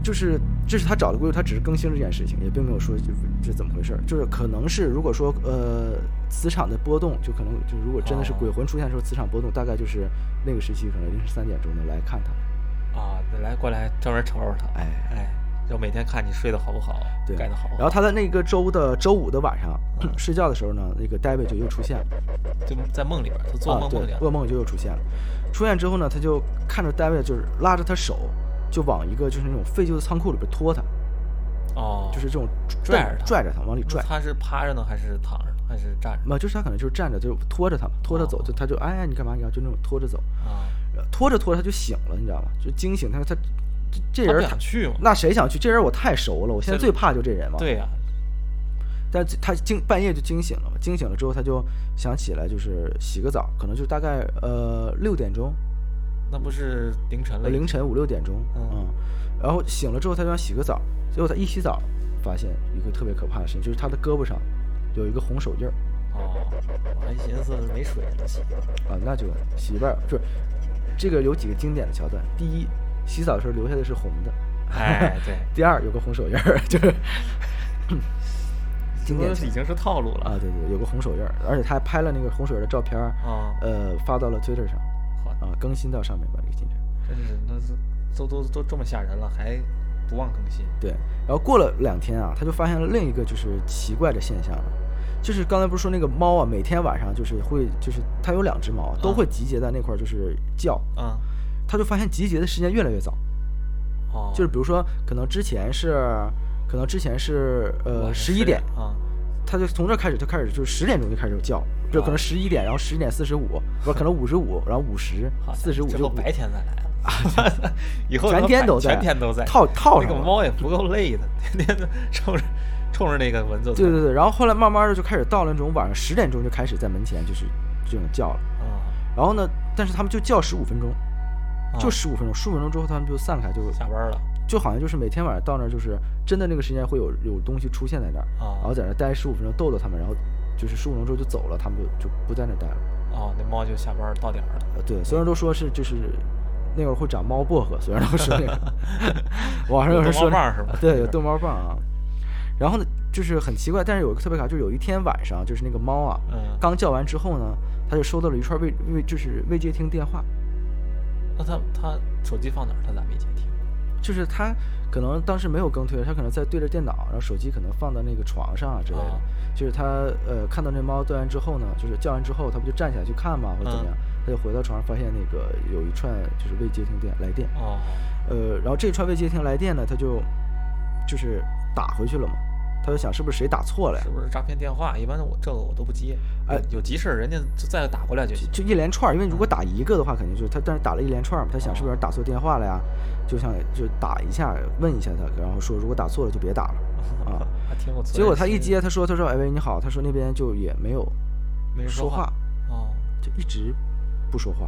S2: 就是这是他找的规律，他只是更新了这件事情，也并没有说就是这怎么回事儿，就是可能是如果说呃磁场的波动，就可能就如果真的是
S3: 哦
S2: 鬼魂出现的时候，磁场波动大概就是那个时期可能凌晨三点钟的来看他，
S3: 啊，来过来专门瞅瞅他。
S2: 哎
S3: 哎，要每天看你睡得好不好，
S2: 对，
S3: 盖得好不好。啊嗯
S2: 然后他在那个周的周五的晚上、 睡觉的时候呢，那个 David 就又出现了，
S3: 就在梦里边，他做
S2: 啊
S3: 梦
S2: 对
S3: 梦见了。
S2: 噩梦就又出现了，出现之后呢，他就看着 David 就是拉着他手，就往一个就是那种废旧的仓库里边拖他，
S3: 哦，
S2: 就是这种
S3: 拽着他
S2: 拽着他往里
S3: 那
S2: 拽。
S3: 他是趴着呢，还是躺着呢，还是站着呢？
S2: 嘛，就是他可能就是站着，就拖着他嘛，拖着走，
S3: 哦
S2: 就他就哎呀，你干嘛？你要就那种拖着走，
S3: 啊，
S2: 呃拖着拖着他就醒了，你知道吗？就惊醒，他说他这这
S3: 他不
S2: 人
S3: 想
S2: 他
S3: 去嘛。
S2: 那谁想去？这人我太熟了，我现在
S3: 这
S2: 最怕就这人嘛。，
S3: 对呀，
S2: 但是他惊半夜就惊醒了嘛，惊醒了之后他就想起来就是洗个澡，可能就大概呃六点钟，
S3: 那不是凌晨
S2: 呃
S3: 了？
S2: 凌晨五六点钟，
S3: 嗯
S2: 嗯，然后醒了之后他就想洗个澡，结果他一洗澡发现一个特别可怕的事情，就是他的胳膊上有一个红手印儿。
S3: 哦，我还寻思没水了，洗
S2: 啊，那就洗一半儿就是这个有几个经典的桥段。第一，洗澡的时候留下的是红的；
S3: 哎， 对，
S2: 第二，有个红手印儿， 就是
S3: 这
S2: 经典
S3: 都
S2: 桥
S3: 已经是套路
S2: 啊，
S3: 了。
S2: 对对，有个红手印儿，而且他还拍了那个红手印儿的照片儿，
S3: 啊，
S2: 呃，发到了 Twitter 上，
S3: 好，
S2: 啊，更新到上面吧，这个进程。
S3: 真是那是都都都这么吓人了，还不忘更新？
S2: 对，然后过了两天啊，他就发现了另一个就是奇怪的现象了，就是刚才不是说那个猫啊，每天晚上就是会就是它有两只猫啊，都
S3: 啊
S2: 会集结在那块儿就是叫，
S3: 啊，
S2: 他就发现集结的时间越来越早，
S3: 哦，
S2: 就是比如说可能之前是，可能之前是呃
S3: 晚上
S2: 十一
S3: 10
S2: 点，
S3: 啊，
S2: 他就从这儿开始就开始就是十点钟就开始有叫，就可能
S3: 啊
S2: 十一点，然后十一点四十五，不是可能五十五，然后五十
S3: 好，
S2: 四十五
S3: 这
S2: 就
S3: 不
S2: 不
S3: 白天再来了， 以后
S2: 全
S3: 他妈
S2: 天
S3: 白
S2: 都在
S3: 全天都在
S2: 套套
S3: 那
S2: 上
S3: 个
S2: 了
S3: 猫也不够累的，天 天的冲着冲着那个蚊子，
S2: 对对对，然后后来慢慢的就开始到了那种晚上十点钟就开始在门前就是这种叫了，
S3: 啊，
S2: 然后呢，但是他们就叫十五分钟，就
S3: 啊
S2: 十五分钟，十五分钟之后他们就散开，就
S3: 下班了
S2: 就好像就是每天晚上到那儿就是真的那个时间会有有东西出现在那儿，
S3: 啊
S2: 然后在那儿待十五分钟逗逗他们，然后就是十五分钟之后就走了，他们就就不在那儿待了。
S3: 哦，那猫就下班到点儿了，
S2: 呃，对，虽然都说是就是那会儿会长猫薄荷，虽然都说那个， 网上有人说
S3: 有
S2: 那
S3: 逗猫棒是吗
S2: 对，有逗猫棒啊。然后呢，就是很奇怪，但是有一个特别卡，就是有一天晚上，就是那个猫啊，
S3: 嗯
S2: 刚叫完之后呢，它就收到了一串未未就是未接听电话，
S3: 那它它手机放哪儿？它咋没接听？
S2: 就是它可能当时没有更推，它可能在对着电脑，然后手机可能放到那个床上啊之类的。
S3: 啊
S2: 就是它呃看到那猫叫完之后呢，就是叫完之后，它不就站起来去看嘛，或者怎么
S3: 嗯
S2: 样，它就回到床上发现那个有一串就是未接听电来电。
S3: 哦，
S2: 呃，然后这串未接听来电呢，他就就是打回去了嘛，他就想是不是谁打错了呀
S3: 是？不是诈骗电话？一般我这个我都不接，
S2: 哎
S3: 有有急事儿人家就再打过来就行。
S2: 就一连串儿，因为
S3: 嗯
S2: 如果打一个的话，肯定就是他，但是打了一连串儿嘛，他想是不是有
S3: 哦
S2: 人打错电话了呀？就想就打一下，问一下他，然后说如果打错了就别 打了啊。
S3: 还挺有存在
S2: 结果他一
S3: 心
S2: 接，他说他说哎喂你好，他说那边就也没有
S3: 没人
S2: 说
S3: 话
S2: 话，
S3: 哦，
S2: 就一直不说话。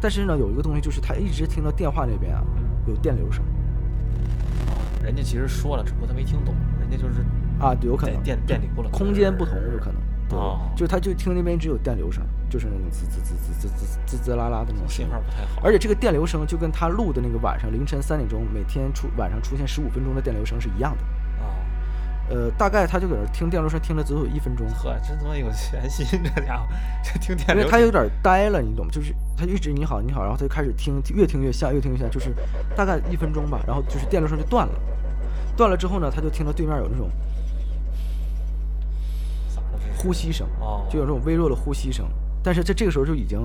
S2: 但是呢，有一个东西就是他一直听到电话那边啊
S3: 嗯
S2: 有电流声
S3: 哦人家其实说了，只不过他没听懂，人家就是
S2: 啊，有可
S3: 电
S2: 能
S3: 哎电电流了，
S2: 空间不同有可能。对，
S3: 哦
S2: 就他就听那边只有电流声，就是那种滋滋滋滋滋滋滋滋啦啦的那种声
S3: 信
S2: 音
S3: 号。不太好。
S2: 而且这个电流声就跟他录的那个晚上凌晨三点钟每天出晚上出现十五分钟的电流声是一样的。
S3: 啊，
S2: 呃，大概他就搁那儿听电流声听了足有一分钟，
S3: 呵，真他妈有闲心，这家伙，这听电
S2: 因为
S3: 流
S2: 他有点呆了，你懂吗？就是他一直你好你好，然后他就开始听，越听越像，越听越像，就是大概一分钟吧，然后就是电流声就断了。断了之后呢，他就听到对面有那种
S3: 咋了这是？
S2: 呼吸声，
S3: 哦
S2: 就有那种微弱的呼吸声，但是在这个时候就已经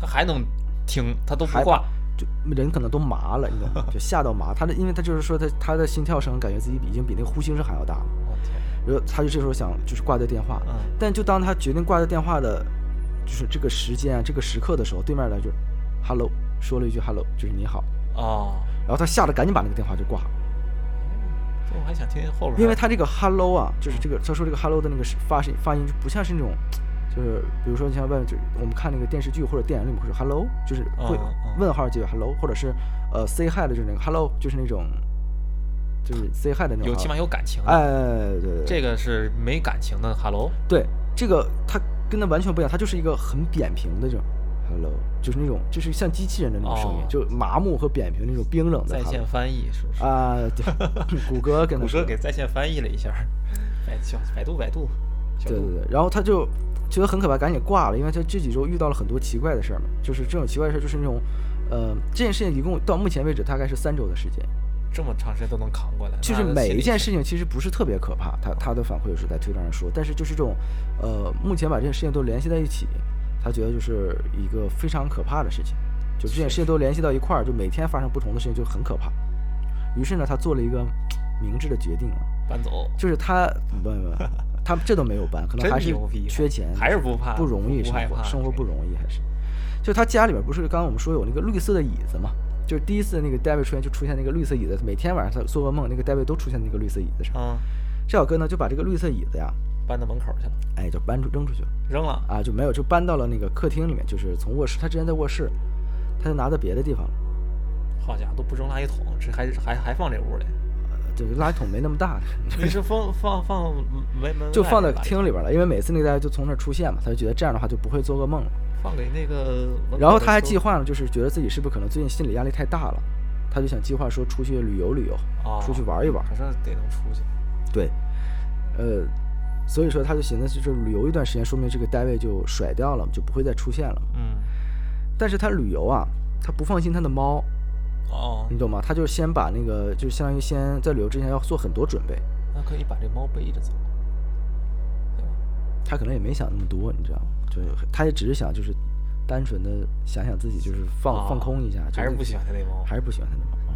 S3: 他还能听，他都不
S2: 害怕
S3: 挂。，
S2: 就人可能都麻了，你懂吗？就吓到麻。他的，因为他就是说他他的心跳声感觉自己比已经比那个呼吸声还要大了。
S3: 我哦天，
S2: 然后他就这时候想就是挂掉电话，
S3: 嗯
S2: 但就当他决定挂掉电话的，就是这个时间啊这个时刻的时候，对面来句 “hello”，说了一句 “hello”，就是你好。
S3: 哦，
S2: 然后他吓得赶紧把那个电话就挂了，
S3: 这我还想听听后边儿。
S2: 因为他这个 “hello” 啊，就是这个他说这个 “hello” 的那个是发声发音就不像是那种。就是比如说，你像问，就我们看那个电视剧或者电影里面会说 “hello”，就是会
S3: 嗯嗯
S2: 问号结尾 “hello”，或者是呃 “say hi” 的，就是那个 “hello”，就是那种就是 “say hi” 的那种 hello。
S3: 有起码有感情的。
S2: 哎，对对对，
S3: 这个是没感情的。Hello，
S2: 对，这个它跟那完全不一样，它就是一个很扁平的这种 hello，就是那种就是像机器人的那种声音，
S3: 哦
S2: 就麻木和扁平那种冰冷的
S3: 在
S2: hello
S3: 线翻译是不是？
S2: 啊、 对，谷歌跟他
S3: 谷
S2: 说
S3: 歌给在线翻译了一下儿，百小百度百度，小
S2: 对对
S3: 度
S2: 对，然后他就觉得很可怕，赶紧挂了，因为他这几周遇到了很多奇怪的事儿嘛，就是这种奇怪的事儿，就是那种，呃，这件事情一共到目前为止大概是三周的时间，
S3: 这么长时间都能扛过来，
S2: 就是
S3: 那
S2: 每
S3: 心
S2: 一
S3: 里
S2: 件
S3: 是
S2: 事情其实不是特别可怕，他他的反馈有时在推特上说，但是就是这种，呃，目前把这些事情都联系在一起，他觉得就是一个非常可怕的事情，就这件事情都联系到一块儿，就每天发生不同的事情就很可怕。于是呢，他做了一个明智的决定啊，
S3: 搬走，
S2: 就是他不不，不他这都没有搬，可能
S3: 真
S2: 还是
S3: 牛逼
S2: 缺钱，
S3: 还是不怕
S2: 不容易
S3: 不
S2: 生
S3: 害
S2: 活，
S3: 怕
S2: 生活
S3: 这
S2: 不容易还是。就他家里边不是刚刚我们说有那个绿色的椅子嘛，就是第一次那个 David 出现就出现那个绿色椅子，每天晚上他做噩梦，那个 David 都出现在那个绿色椅子上。
S3: 嗯，
S2: 这小哥呢就把这个绿色椅子呀，
S3: 搬到门口去了，
S2: 哎，就搬出扔出去了
S3: 扔了，
S2: 啊，就没有就搬到了那个客厅里面，就是从卧室，他之前在卧室，他就拿到别的地方了。
S3: 好家伙，都不扔垃圾桶，这还还还放这屋 里，
S2: 呃，这个垃圾桶没那么大，
S3: 你是放放放门门
S2: 就
S3: 外
S2: 放在
S3: 面垃圾
S2: 厅里边了，因为每次那个大家就从那儿出现嘛，他就觉得这样的话就不会做噩梦了。
S3: 放给那个门口的收，
S2: 然后他还计划呢，就是觉得自己是不是可能最近心理压力太大了，他就想计划说出去旅游旅游，
S3: 哦
S2: 出去玩一玩。
S3: 反正得能出去，
S2: 对，呃，所以说他就寻思就是旅游一段时间，说明这个单位就甩掉了，就不会再出现了。
S3: 嗯，
S2: 但是他旅游啊，他不放心他的猫，
S3: 哦
S2: 你，懂吗？他就先把那个，就相当于先在旅游之前要做很多准备，
S3: 那可以把这猫背着走，对吧？
S2: 他可能也没想那么多，你知道吗？就是他也只是想就是单纯的想想自己，就是放、
S3: 啊
S2: 放空一下，就
S3: 还是
S2: 那
S3: 不喜欢他那猫。
S2: 还是不喜欢他的猫，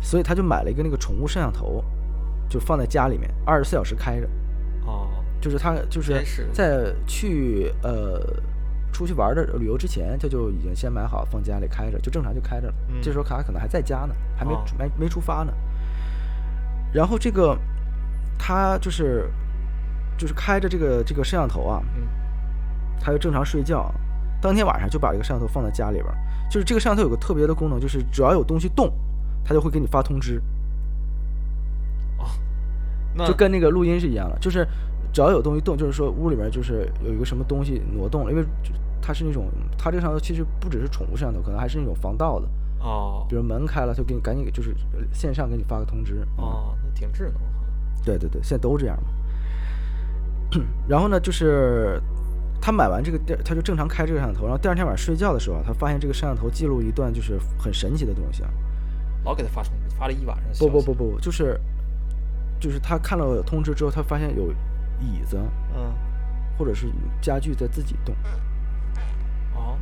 S2: 所以他就买了一个那个宠物摄像头，就放在家里面，二十四小时开着。
S3: 哦，
S2: 就是他就是
S3: 真是
S2: 在去呃出去玩的旅游之前，他就已经先买好放家里开着，就正常就开着了。
S3: 嗯
S2: 这时候卡卡可能还在家呢，还没
S3: 哦
S2: 出没没出发呢。然后这个他就是就是开着这个这个摄像头啊，
S3: 嗯，
S2: 他就正常睡觉。当天晚上就把这个摄像头放在家里边儿，就是这个摄像头有个特别的功能，就是只要有东西动，它就会给你发通知。
S3: 那
S2: 就跟那个录音是一样的，就是只要有东西动，就是说屋里面就是有一个什么东西挪动了，因为就它是那种，它这个摄像头其实不只是宠物摄像头，可能还是那种防盗的，
S3: 哦
S2: 比如门开了，它就给你赶紧给就是呃线上给你发个通知。嗯
S3: 哦，那挺智能哈。
S2: 对对对，现在都这样嘛。 然后呢，就是他买完这个电，他就正常开这个摄像头，然后第二天晚上睡觉的时候啊，他发现这个摄像头记录一段就是很神奇的东西啊，
S3: 老给他发通知，发了一晚上。
S2: 不不不，不，就是啊就是他看了通知之后，他发现有椅子。
S3: 嗯，
S2: 或者是家具在自己动，
S3: 哦，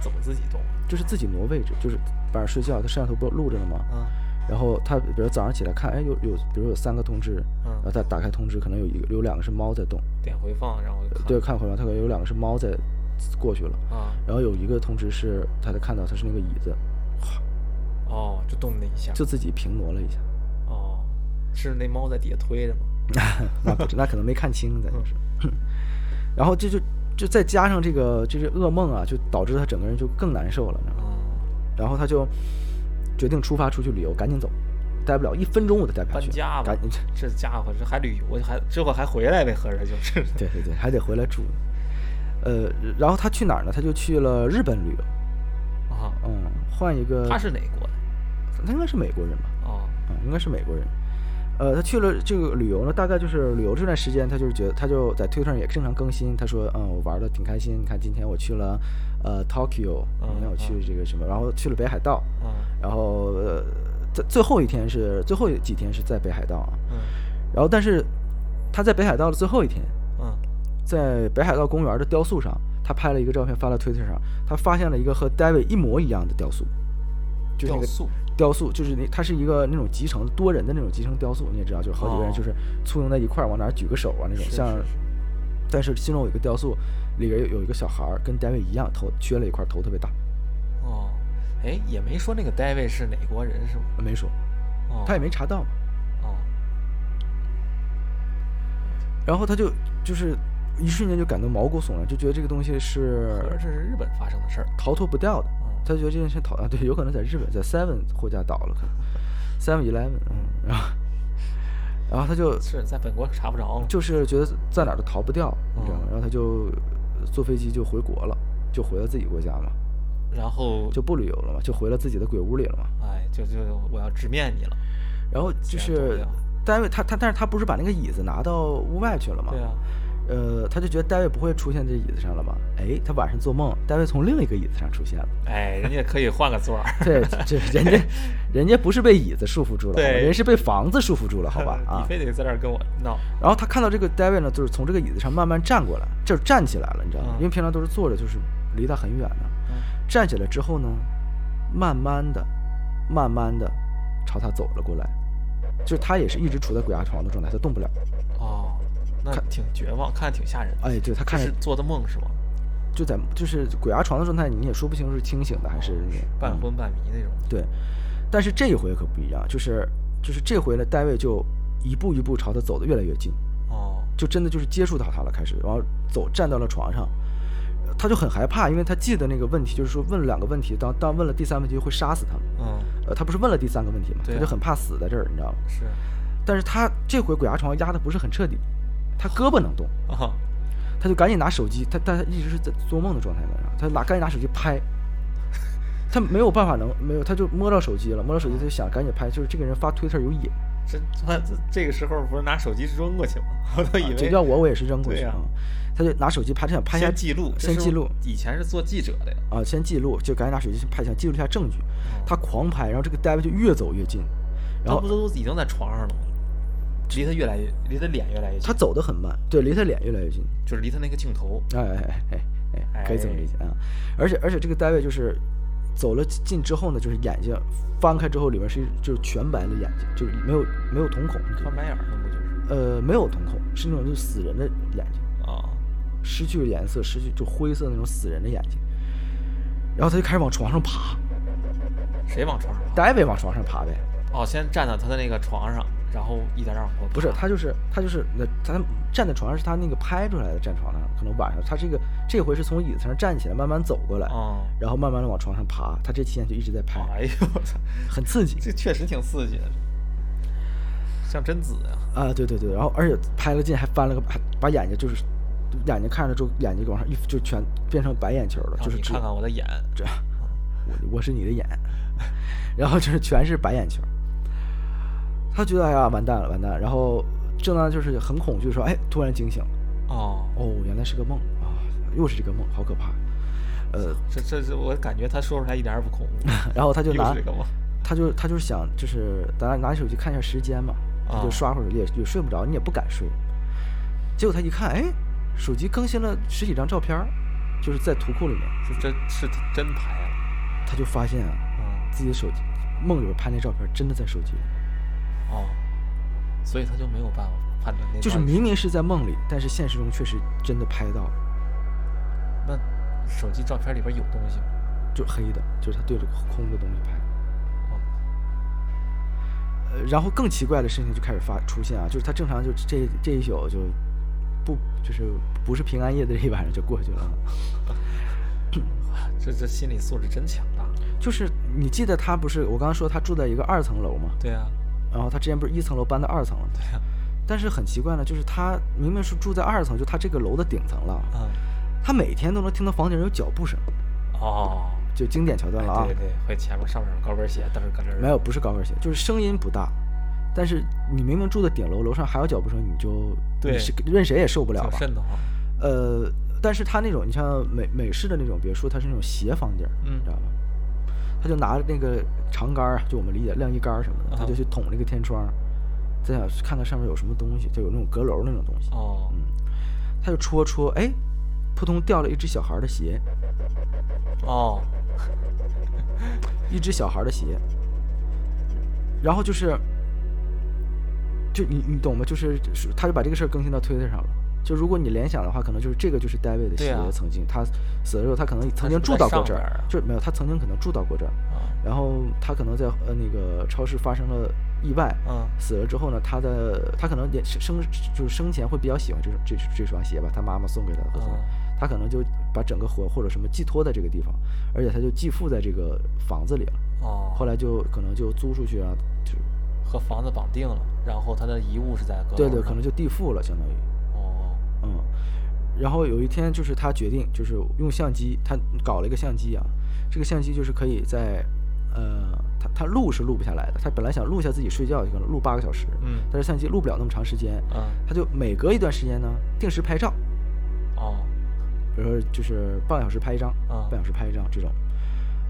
S3: 怎么自己动啊？
S2: 就是自己挪位置，就是晚上睡觉，他摄像头不录着呢吗？
S3: 嗯
S2: 然后他比如早上起来看，哎，有有，比如有三个通知，
S3: 嗯
S2: 然后他打开通知，可能有一个有两个是猫在动，
S3: 点回放，然后看
S2: 对，看回来，他可能有两个是猫在过去了，
S3: 啊，
S2: 然后有一个通知是他才看到他是那个椅子，
S3: 哦，就动那一下，
S2: 就自己平挪了一下，
S3: 哦，是那猫在底下推着吗？
S2: 那不知那可能没看清，
S3: 嗯
S2: 咱就是， 然后这就就再加上这个这是噩梦啊，就导致他整个人就更难受了，你知道吗？
S3: 嗯，
S2: 然后他就决定出发出去旅游，赶紧走，待不了一分钟我都待不下
S3: 搬
S2: 去，
S3: 家吧
S2: 赶 紧，
S3: 这家伙这还旅游，还这会还回来呗，合着就是。
S2: 对对对，还得回来住。呃，然后他去哪儿呢？他就去了日本旅游，
S3: 啊，
S2: 嗯，换一个，
S3: 他是哪国的？
S2: 他应该是美国人吧？
S3: 哦，
S2: 嗯，应该是美国人。呃，他去了这个旅游呢，大概就是旅游这段时间，他就是觉得他就在推特上也经常更新，他说，嗯，我玩的挺开心，你看今天我去了呃 Tokyo，明天我去这个什么，然后去了北海道，
S3: 嗯
S2: 然后呃，在最后一天是最后几天是在北海道啊，
S3: 嗯
S2: 然后但是他在北海道的最后一天，
S3: 嗯，
S2: 在北海道公园的雕塑上，他拍了一个照片发到推特上，他发现了一个和 David 一模一样的雕塑，就是那
S3: 雕
S2: 个
S3: 塑
S2: 雕塑，就是那它是一个那种集成多人的那种集成雕塑，你也知道，就是好几个人
S3: 哦
S2: 就是簇拥在一块儿往哪儿举个手啊那种，
S3: 是
S2: 像
S3: 是是
S2: 但是其中有一个雕塑里边有有一个小孩儿跟 David 一样头缺了一块儿头特别大，
S3: 哦，哎，也没说那个 David 是哪国人是吗？
S2: 没说，
S3: 哦，
S2: 他也没查到嘛。
S3: 哦，
S2: 然后他就就是一瞬间就感到毛骨悚然，就觉得这个东西是
S3: 合着这是日本发生的事儿。
S2: 逃脱不掉的。
S3: 嗯
S2: 他觉得这件事逃 啊，对，有可能在日本在 Seven 货架倒了，可能 Seven Eleven，嗯，然后 然后他就是
S3: 在本国查不着了。
S2: 就是觉得在哪儿都逃不掉，你知道吗
S3: 哦？
S2: 然后他就呃坐飞机就回国了，就回了自己国家嘛，
S3: 然后
S2: 就不旅游了嘛，就回了自己的鬼屋里了嘛。
S3: 哎，就就我要直面你了。
S2: 然后
S3: 既
S2: 就
S3: 然逃不
S2: 是
S3: 掉
S2: 大卫他他，但是他不是把那个椅子拿到屋外去了嘛？
S3: 对啊，
S2: 呃，他就觉得大卫不会出现在椅子上了吧？哎，他晚上做梦，大卫从另一个椅子上出现了。
S3: 哎，人家可以换个座儿。
S2: 对，这人家 人家不是被椅子束缚住了，好吧
S3: 对
S2: 人是被房子束缚住了，好吧
S3: 你
S2: 啊。
S3: 非得在这儿跟我闹。
S2: 然后他看到这个 David 呢，就是从这个椅子上慢慢站过来，就是站起来了，你知道吗？
S3: 嗯
S2: 因为平常都是坐着，就是离他很远的。
S3: 嗯
S2: 站起来之后呢，慢慢的、慢慢的朝他走了过来，就是他也是一直处在鬼压床的状态，他动不了。
S3: 哦，那
S2: 看
S3: 挺绝望，看着挺吓人的。
S2: 哎，对他
S3: 这
S2: 看着
S3: 是做的梦是吗？
S2: 就在就是鬼压床的状态，你也说不清是清醒的还是那种
S3: 半
S2: 嗯
S3: 昏半迷那种。
S2: 对，但是这一回可不一样，就是就是这回呢，戴维就一步一步朝他走的越来越近，
S3: 哦，
S2: 就真的就是接触到他了，开始，然后走站到了床上，呃他就很害怕，因为他记得那个问题，就是说问了两个问题，当当问了第三问题会杀死他嘛，
S3: 嗯，
S2: 呃，他不是问了第三个问题嘛，
S3: 对
S2: 他
S3: 啊
S2: 就很怕死在这儿，你知道吗？
S3: 是
S2: 但是他这回鬼压床压的不是很彻底，他胳膊能动，
S3: 啊，
S2: 他就赶紧拿手机，他但他一直是在做梦的状态呢，然后他拿赶紧拿手机拍，他没有办法能没有，他就摸到手机了，摸到手机他就想赶紧拍，就是这个人发推特有瘾，
S3: 这这这个时候不是拿手机扔过去吗？ 我都以
S2: 啊
S3: 为
S2: 这要我我也是扔过去
S3: 对啊
S2: 嗯他就拿手机拍，他想拍下
S3: 先记录，这
S2: 先
S3: 是
S2: 记录
S3: 以前是做记者的呀。
S2: 啊，先记录，就赶紧拿手机先拍，想记录一下证据，
S3: 哦
S2: 他狂拍，然后这个 David 就越走越近，然
S3: 他
S2: 后
S3: 不都已经在床上了吗？离他越来越，离他脸越来越近，
S2: 他走得很慢，对，离他脸越来越近，
S3: 就是离他那个镜头。
S2: 哎哎哎哎，哎，可以这么理解啊。而且而且这个单位就是走了近之后呢，就是眼睛翻开之后，里面是一就是全白的眼睛，就是没有没有瞳孔，
S3: 翻白眼儿那不就是
S2: 呃，没有瞳孔，是那种就是死人的眼睛，
S3: 啊？
S2: 失去了颜色，失去就灰色那种死人的眼睛。然后他就开始往床上爬，
S3: 谁往床上爬？
S2: 单位往床上爬呗，
S3: 哦，先站到他的那个床上，然后一点点往后爬。
S2: 不是，他就是他就是那他站在床上是他那个拍出来的，站床上可能晚上他这个这回是从椅子上站起来慢慢走过来，
S3: 啊，
S2: 然后慢慢的往床上爬，他这期间就一直在拍，
S3: 哎呦我操，
S2: 很刺激
S3: 这确实挺刺激的，像贞子呀、
S2: 啊，对对对，然后而且拍了近还翻了个还把眼睛就是眼睛看着之后眼睛往上一就全变成白眼球了，
S3: 让
S2: 就是
S3: 哦你
S2: 只
S3: 看看我的眼，
S2: 这， 我我是你的眼，然后就是全是白眼球。他觉得哎呀完蛋了完蛋了，然后正当就是很恐惧的时候，哎，突然惊醒了，
S3: 哦，
S2: 哦，原来是个梦啊，又是这个梦，好可怕。呃，
S3: 这这这，我感觉他说出来一点儿也不恐怖，
S2: 然后他就
S3: 又
S2: 拿
S3: 是这个吗？
S2: 他就他就是想就是拿拿手机看一下时间嘛，他就
S3: 啊
S2: 刷会儿手机也也睡不着，你也不敢睡。结果他一看，哎，手机更新了十几张照片儿，就是在图库里面，
S3: 是真是真拍啊，
S2: 他就发现啊，
S3: 嗯，
S2: 自己的手机梦里边拍那照片真的在手机里，
S3: 哦，所以他就没有办法判断那
S2: 就是
S3: 到底
S2: 明明是在梦里，但是现实中确实真的拍到了，
S3: 那手机照片里边有东西吗？
S2: 就黑的，就是他对着空的东西拍。
S3: 哦，
S2: 呃，然后更奇怪的事情就开始发出现啊，就是他正常就这这一宿就不就是不是平安夜的这一晚上就过去了，
S3: 哦这这心理素质真强大，
S2: 就是你记得他不是我刚刚说他住在一个二层楼嘛，
S3: 对啊，
S2: 然后他之前不是一层楼搬到二层了，
S3: 对啊，
S2: 但是很奇怪呢，就是他明明是住在二层，就他这个楼的顶层了，
S3: 嗯，
S2: 他每天都能听到房顶有脚步声，
S3: 哦，
S2: 就经典桥段了啊，
S3: 哎对对，会前面上面有高跟鞋，嘚儿咯噔儿，
S2: 没有不是高跟鞋，就是声音不大。但是你明明住的顶楼，楼上还有脚步声，你就
S3: 对
S2: 你是任谁也受不了
S3: 挺
S2: 吧？
S3: 瘆得慌，
S2: 呃，但是他那种，你像美美式的那种别墅，它是那种斜房顶儿，
S3: 嗯
S2: 你知道吧？他就拿那个长杆儿啊，就我们理解晾衣杆儿什么的，他
S3: 啊
S2: 就去捅那个天窗，再想看看上面有什么东西，就有那种阁楼那种东西。
S3: 哦，
S2: 嗯，他就戳戳，哎，扑通掉了一只小孩儿的鞋，嗯
S3: 哦，
S2: 一只小孩儿的鞋。然后就是，就你你懂吗？就是是他就把这个事儿更新到推特上了。就如果你联想的话，可能就是这个就是戴维的
S3: 对
S2: 鞋，
S3: 啊
S2: 曾经他死的时候，他可能曾经
S3: 是不
S2: 住
S3: 在
S2: 到过
S3: 上
S2: 这
S3: 边
S2: 儿
S3: 儿啊，
S2: 就是没有他曾经可能住到过这儿。
S3: 啊
S2: 然后他可能在呃那个超市发生了意外，
S3: 嗯
S2: 死了之后呢，他的他可能也是生就是生前会比较喜欢这种这这双鞋吧，他妈妈送给他的或者什么
S3: 嗯
S2: 他可能就把整个魂或者什么寄托在这个地方，而且他就寄附在这个房子里了。
S3: 哦，
S2: 后来就可能就租出去啊，就
S3: 和房子绑定了，然后他的遗物是在阁楼
S2: 对对，
S3: 上
S2: 可能就地缚了，相当于
S3: 哦，
S2: 嗯。然后有一天就是他决定就是用相机，他搞了一个相机啊，这个相机就是可以在呃，他他录是录不下来的，他本来想录下自己睡觉，可能录八个小时，
S3: 嗯
S2: 但是相机录不了那么长时间，
S3: 嗯
S2: 他就每隔一段时间呢定时拍照，
S3: 哦
S2: 比如说就是半个小时拍一张，
S3: 啊
S2: 半小时拍一张这种，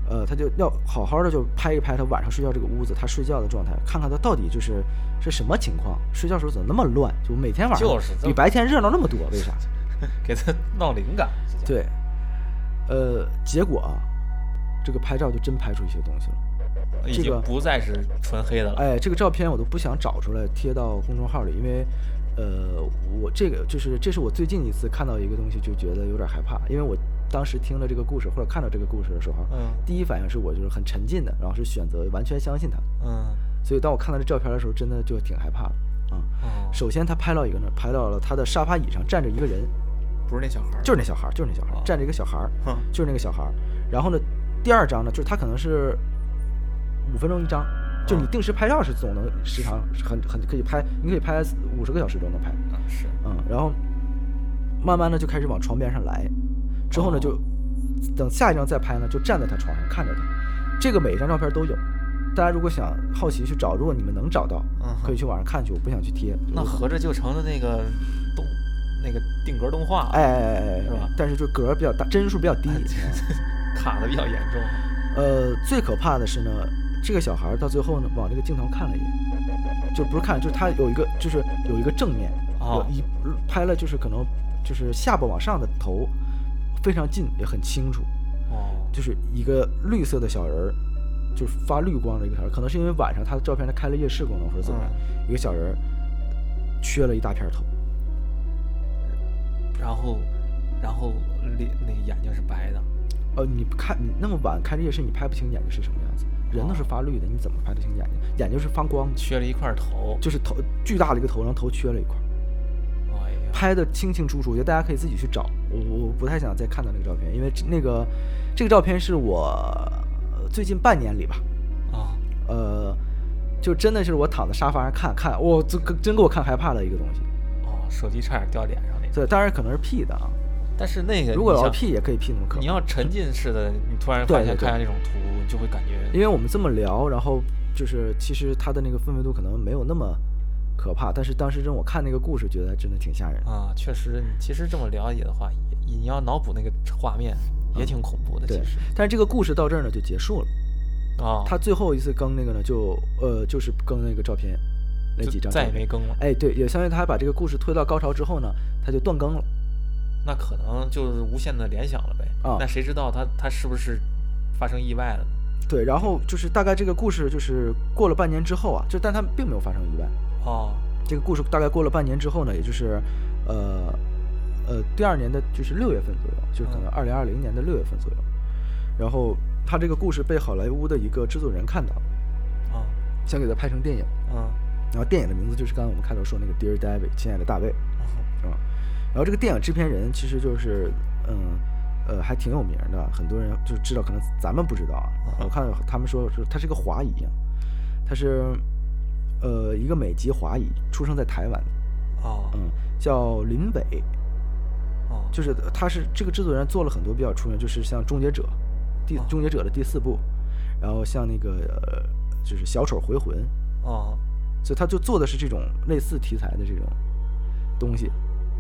S2: 呃，他就要好好的就拍一拍他晚上睡觉这个屋子，他睡觉的状态，看看他到底就是是什么情况，睡觉时候怎么那么乱，就每天晚上
S3: 就是这
S2: 比
S3: 么
S2: 白天热闹那么多，为啥？
S3: 给他闹灵感，这叫
S2: 对，呃，结果啊，这个拍照就真拍出一些东西了。
S3: 已
S2: 这个
S3: 经不再是纯黑的了。
S2: 哎，这个照片我都不想找出来贴到公众号里，因为，呃，我这个就是这是我最近一次看到一个东西就觉得有点害怕，因为我当时听了这个故事或者看到这个故事的时候，
S3: 嗯
S2: 第一反应是我就是很沉浸的，然后是选择完全相信他，
S3: 嗯
S2: 所以当我看到这照片的时候，真的就挺害怕的啊、
S3: 哦，
S2: 首先他拍到一个呢，拍到了他的沙发椅上站着一个人，
S3: 不是那小孩儿，
S2: 就是那小孩儿，就是那小孩儿
S3: 哦，
S2: 站着一个小孩儿，
S3: 哼
S2: 就是那个小孩儿。然后呢，第二张呢，就是他可能是五分钟一张，就
S3: 嗯
S2: 你定时拍照是总能时长很很可以拍，你可以拍五十个小时都能拍，
S3: 嗯是
S2: 嗯。然后慢慢的就开始往床边上来，之后呢
S3: 哦
S2: 就等下一张再拍呢，就站在他床上看着他。这个每一张照片都有，大家如果想好奇去找，如果你们能找到
S3: 嗯，哼
S2: 可以去网上看去，我不想去贴。
S3: 那
S2: 我可能
S3: 合着就成了那个动那个定格动画，
S2: 哎，哎哎哎，
S3: 是吧哎
S2: 但是就格儿比较大，帧数比较低。
S3: 卡的比较严重。
S2: 呃，最可怕的是呢，这个小孩儿到最后呢，往那个镜头看了一眼，就不是看，就是他有一个，就是有一个正面，
S3: 哦
S2: 有一拍了，就是可能就是下巴往上的头，非常近，也很清楚，
S3: 哦，
S2: 就是一个绿色的小人儿，就是发绿光的一个小人儿，可能是因为晚上他的照片他开了夜视功能或者怎么样，一个小人儿缺了一大片头，
S3: 然后然后脸那个眼睛是白的，
S2: 呃，你不看你那么晚开着夜视，你拍不清眼睛是什么样子，人都是发绿的，你怎么拍得清眼睛？眼睛是发光的，
S3: 缺了一块头。
S2: 就是头巨大的一个头，然后头缺了一块儿，
S3: 哎呀，
S2: 拍的清清楚楚，我觉得大家可以自己去找。我我我不太想再看到那个照片，因为这那个这个照片是我呃最近半年里吧，
S3: 啊，
S2: 呃，就真的是我躺在沙发上看看，我这个真给我看害怕了一个东西。
S3: 哦，手机差点掉脸上那个。
S2: 对，当然可能是 P 的啊，
S3: 但是那个
S2: 如果
S3: 你
S2: 要
S3: 想
S2: P 也可以 P 那么可
S3: 你要沉浸式的，你突然
S2: 对
S3: 发现
S2: 对对
S3: 看下这种图，你就会感觉
S2: 因为我们这么聊，然后就是其实它的那个氛围度可能没有那么可怕，但是当时让我看那个故事，觉得真的挺吓人的。
S3: 啊，确实，你其实这么了解的话，也你要脑补那个画面，也挺恐怖的。
S2: 嗯对
S3: 其实，
S2: 但是这个故事到这儿呢就结束了。
S3: 啊，
S2: 他最后一次更那个呢，就呃就是更那个照片那
S3: 就
S2: 几张，
S3: 再也没。更了。
S2: 哎，对，也相当于他把这个故事推到高潮之后呢，他就断更了。
S3: 那可能就是无限的联想了呗。
S2: 啊
S3: 那谁知道他他是不是发生意外了呢？
S2: 对，然后就是大概这个故事就是过了半年之后啊，就但他并没有发生意外。
S3: 哦，
S2: 这个故事大概过了半年之后呢，也就是，呃，呃，第二年的就是六月份左右，就是可能
S3: 嗯
S2: 二零二零年的六月份左右。然后他这个故事被好莱坞的一个制作人看到了，
S3: 啊，
S2: 想给他拍成电影。
S3: 嗯，
S2: 然后电影的名字就是刚才我们开头说那个《Dear David》，亲爱的大卫，
S3: 嗯
S2: 啊。然后这个电影制片人其实就是，嗯，呃，还挺有名的，很多人就知道，可能咱们不知道啊。我看他们说是他是个华裔啊，他是，呃，一个美籍华裔，出生在台湾的。
S3: 哦，
S2: 嗯，叫林伟，
S3: 哦，
S2: 就是他是这个制作人做了很多比较出名，就是像《终结者》第
S3: 哦
S2: 《终结者》的第四部，然后像那个呃就是《小丑回魂》，
S3: 哦，
S2: 所以他就做的是这种类似题材的这种东西。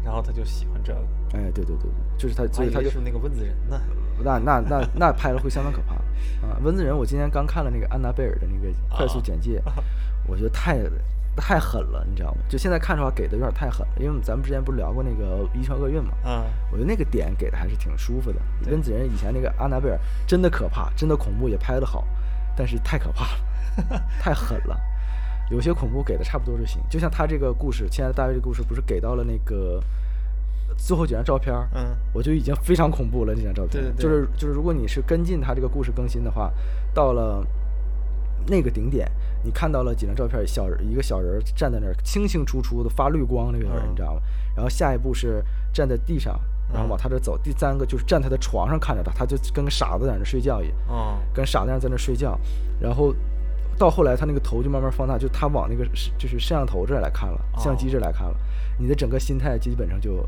S3: 然后他就喜欢这个，
S2: 哎，对对对对，就是他，所以
S3: 我还
S2: 他
S3: 以
S2: 就
S3: 为
S2: 是
S3: 那个温子仁呢。
S2: 那那那那拍了会相当可怕啊！温子仁，我今天刚看了那个安娜贝尔的那个快速简介，我觉得太太狠了，你知道吗？就现在看的话，给的有点太狠了，因为我们咱们之前不是聊过那个《遗传厄运》嘛，
S3: 嗯，
S2: 我觉得那个点给的还是挺舒服的。温子仁以前那个《安娜贝尔》真的可怕，真的恐怖，也拍得好，但是太可怕了，太狠了。有些恐怖给的差不多就行，就像他这个故事，《亲爱的大卫》这个故事，不是给到了那个最后几张照片儿，
S3: 嗯
S2: 我就已经非常恐怖了。这张照片，
S3: 对对对
S2: 就是就是，如果你是跟进他这个故事更新的话，到了那个顶点，你看到了几张照片，小人一个小人站在那儿，清清楚楚的发绿光，那个小人、
S3: 嗯
S2: 你知道吗？然后下一步是站在地上，然后往他这走。第三个就是站他的床上看着他，他就跟个傻子在那儿睡觉一样，
S3: 哦，
S2: 跟傻子在那儿睡觉。然后到后来，他那个头就慢慢放大，就他往那个摄就是摄像头这儿来看了，
S3: 哦
S2: 相机这儿来看了，你的整个心态基本上就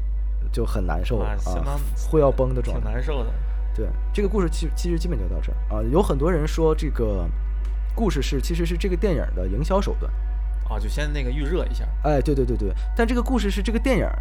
S2: 就很难受了
S3: 啊，相当
S2: 会哦要崩的状
S3: 挺
S2: 态。
S3: 难受的。
S2: 对，这个故事其实其实基本就到这儿啊。有很多人说这个故事是其实是这个电影的营销手段。
S3: 哦，就先那个预热一下。
S2: 哎，对对对对，但这个故事是这个电影儿，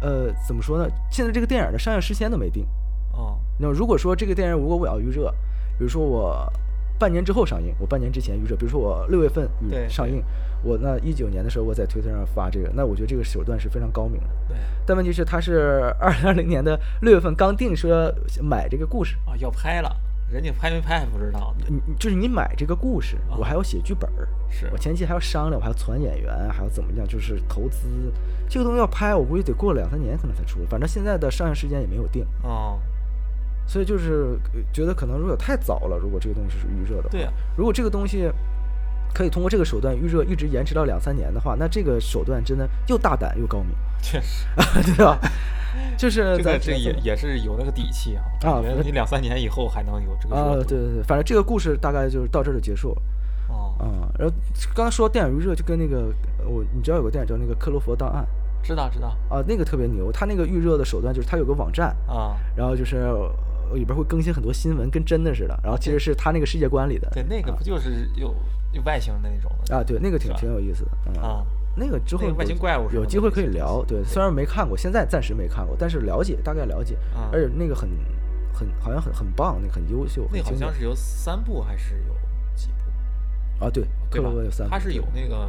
S2: 呃，怎么说呢？现在这个电影儿的上映时间都没定。
S3: 哦，
S2: 那如果说这个电影儿如果我要预热，比如说我半年之后上映，我半年之前预热，比如说我六月份预
S3: 对
S2: 上映，我那一九年的时候我在推特上发这个，那我觉得这个手段是非常高明的。
S3: 对，
S2: 但问题是，它是 二零二零年的六月份刚定说买这个故事，
S3: 哦，要拍了，人家拍没拍还不知道呢。
S2: 你你就是你买这个故事，
S3: 哦
S2: 我还要写剧本儿，
S3: 是
S2: 我前期还要商量，我还要攒演员，还要怎么样，就是投资这个东西要拍，我估计得过两三年可能才出，反正现在的上映时间也没有定，
S3: 哦，
S2: 所以就是呃觉得可能如果太早了，如果这个东西是预热的话，
S3: 对啊
S2: 如果这个东西可以通过这个手段预热，一直延迟到两三年的话，那这个手段真的又大胆又高明，
S3: 确实，
S2: 对吧？就是
S3: 这
S2: 咱
S3: 个这也也是有那个底气啊，
S2: 啊
S3: 感觉你两三年以后还能有这个
S2: 啊，
S3: 热
S2: 对
S3: 度。
S2: 对对，反正这个故事大概就是到这儿就结束了。
S3: 哦，
S2: 啊、然后刚才说电影预热就跟那个呃我你知道有个电影叫那个《克罗佛档案
S3: 知道知道。》
S2: 啊，那个特别牛，它那个预热的手段就是它有个网站，
S3: 啊，
S2: 然后就是呃里边会更新很多新闻，跟真的似的，然后其实是它那个世界观里的。
S3: 对，那个不就是有有外星的那种的
S2: 啊，对，那个挺
S3: 是吧
S2: 挺有意思的嗯
S3: 啊？
S2: 那个之后
S3: 那个外
S2: 有
S3: 星怪物什么
S2: 有
S3: 的
S2: 机会
S3: 那
S2: 可以
S3: 些
S2: 聊，对，虽然没看过，现在暂时没看过，但是了解大概了解
S3: 啊，
S2: 而且那个很很好像很很棒，那个很优秀，
S3: 那
S2: 很
S3: 好
S2: 经典
S3: 像是有三部还是有几部？
S2: 啊，对，克
S3: 对
S2: 罗
S3: 吧
S2: 佛有三？部，
S3: 他是有那个，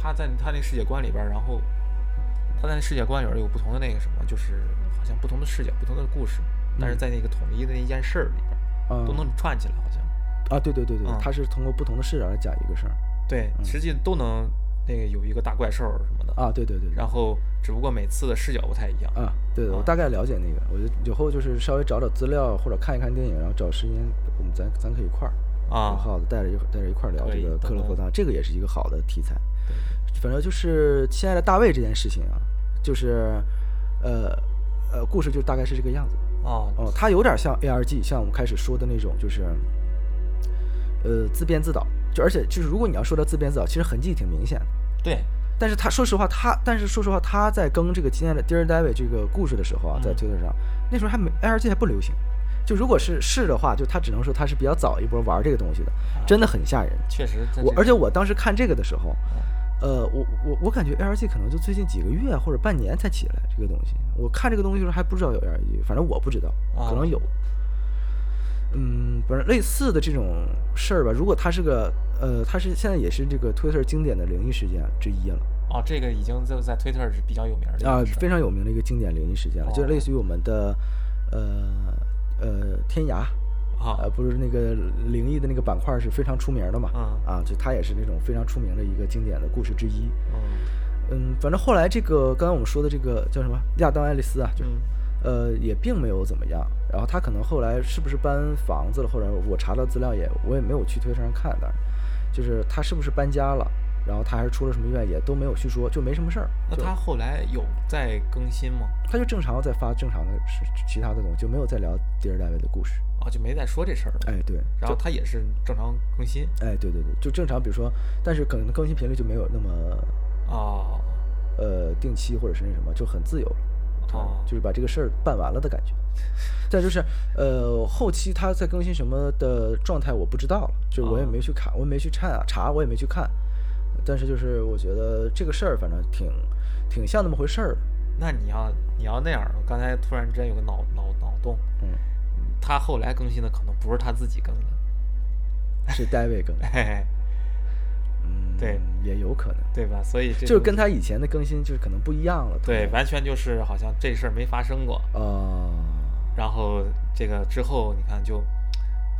S3: 他在他那世界观里边儿，然后他在那世界观里边儿有不同的那个什么，就是好像不同的视角、不同的故事，但是
S2: 嗯
S3: 在那个统一的那件事儿里边儿
S2: 嗯
S3: 都能串起来，好像
S2: 啊，对对对对，
S3: 嗯
S2: 他是通过不同的视角来讲一个事儿
S3: 对，实际都能那个有一个大怪兽什么的，
S2: 嗯啊，对对对，对
S3: 然后只不过每次的视角不太一样。
S2: 啊，对对，我
S3: 啊
S2: 大概了解那个，我就以后就是稍微找找资料或者看一看电影，然后找时间我们咱咱可以一块儿
S3: 啊
S2: 有耗子带着一带着一块儿聊
S3: 可
S2: 这
S3: 以
S2: 个
S3: 等
S2: 克罗
S3: 等
S2: 霍桑，这个也是一个好的题材。反正就是亲爱的大卫这件事情啊，就是呃呃，故事就大概是这个样子。
S3: 啊
S2: 哦，它有点像 ARG，像我们开始说的那种，就是呃自编自导，就而且就是如果你要说到自编自导，其实痕迹挺明显的。
S3: 对，
S2: 但是他说实话，他但是说实话，他在更这个今天的 Dear David 这个故事的时候啊，在
S3: 嗯
S2: Twitter 上，那时候还没 ARG 还不流行。就如果是是的话，就他只能说他是比较早一波玩这个东西的，真的很吓人。
S3: 啊确实嗯在这
S2: 我
S3: 个，
S2: 而且我当时看这个的时候，呃，我我我感觉 ARG 可能就最近几个月或者半年才起来这个东西。我看这个东西的时候还不知道有 ARG，反正我不知道，
S3: 啊
S2: 可能有。嗯，反正类似的这种事儿吧，如果它是个呃，它是现在也是这个 Twitter 经典的灵异事件之一了。
S3: 哦，这个已经在在推特是比较有名的一
S2: 啊，
S3: 件事哦
S2: 非常有名的一个经典灵异事件了，就是类似于我们的，呃呃，天涯，
S3: 啊
S2: 呃，不是那个灵异的那个板块是非常出名的嘛，
S3: 嗯
S2: 啊，就它也是那种非常出名的一个经典的故事之一。
S3: 嗯
S2: 嗯，反正后来这个刚刚我们说的这个叫什么亚当·爱丽丝啊，就、
S3: 嗯
S2: 呃也并没有怎么样。然后他可能后来是不是搬房子了，或者我查到资料也我也没有去推特上看，当然就是他是不是搬家了，然后他还是出了什么意外也都没有去说，就没什么事儿。
S3: 那
S2: 就
S3: 他后来有在更新吗？
S2: 他就正常在发正常的是其他的东西，就没有再聊迪尔戴维的故事。
S3: 啊，就没再说这事儿了。
S2: 哎，对，
S3: 然后他也是正常更新
S2: 哎，对对对，就正常，比如说，但是可能更新频率就没有那么
S3: 啊
S2: 呃定期或者是那什么，就很自由了。对
S3: 哦
S2: 就是把这个事儿办完了的感觉。再就是，呃，后期他在更新什么的状态我不知道了，就我也
S3: 哦
S2: 没去看，我也没去看啊查，我也没去看。但是就是我觉得这个事儿反正挺挺像那么回事儿的。
S3: 那你要你要那样儿，我刚才突然之间有个脑脑脑洞，
S2: 嗯，
S3: 他后来更新的可能不是他自己更的，
S2: 是戴维 更的，
S3: 嘿嘿，
S2: 嗯，
S3: 对，
S2: 也有可能。
S3: 对吧？所以这
S2: 就是
S3: 东
S2: 跟
S3: 西
S2: 他以前的更新就是可能不一样了。
S3: 对，
S2: 可能
S3: 完全就是好像这事儿没发生过，
S2: 哦，
S3: 然后这个之后你看就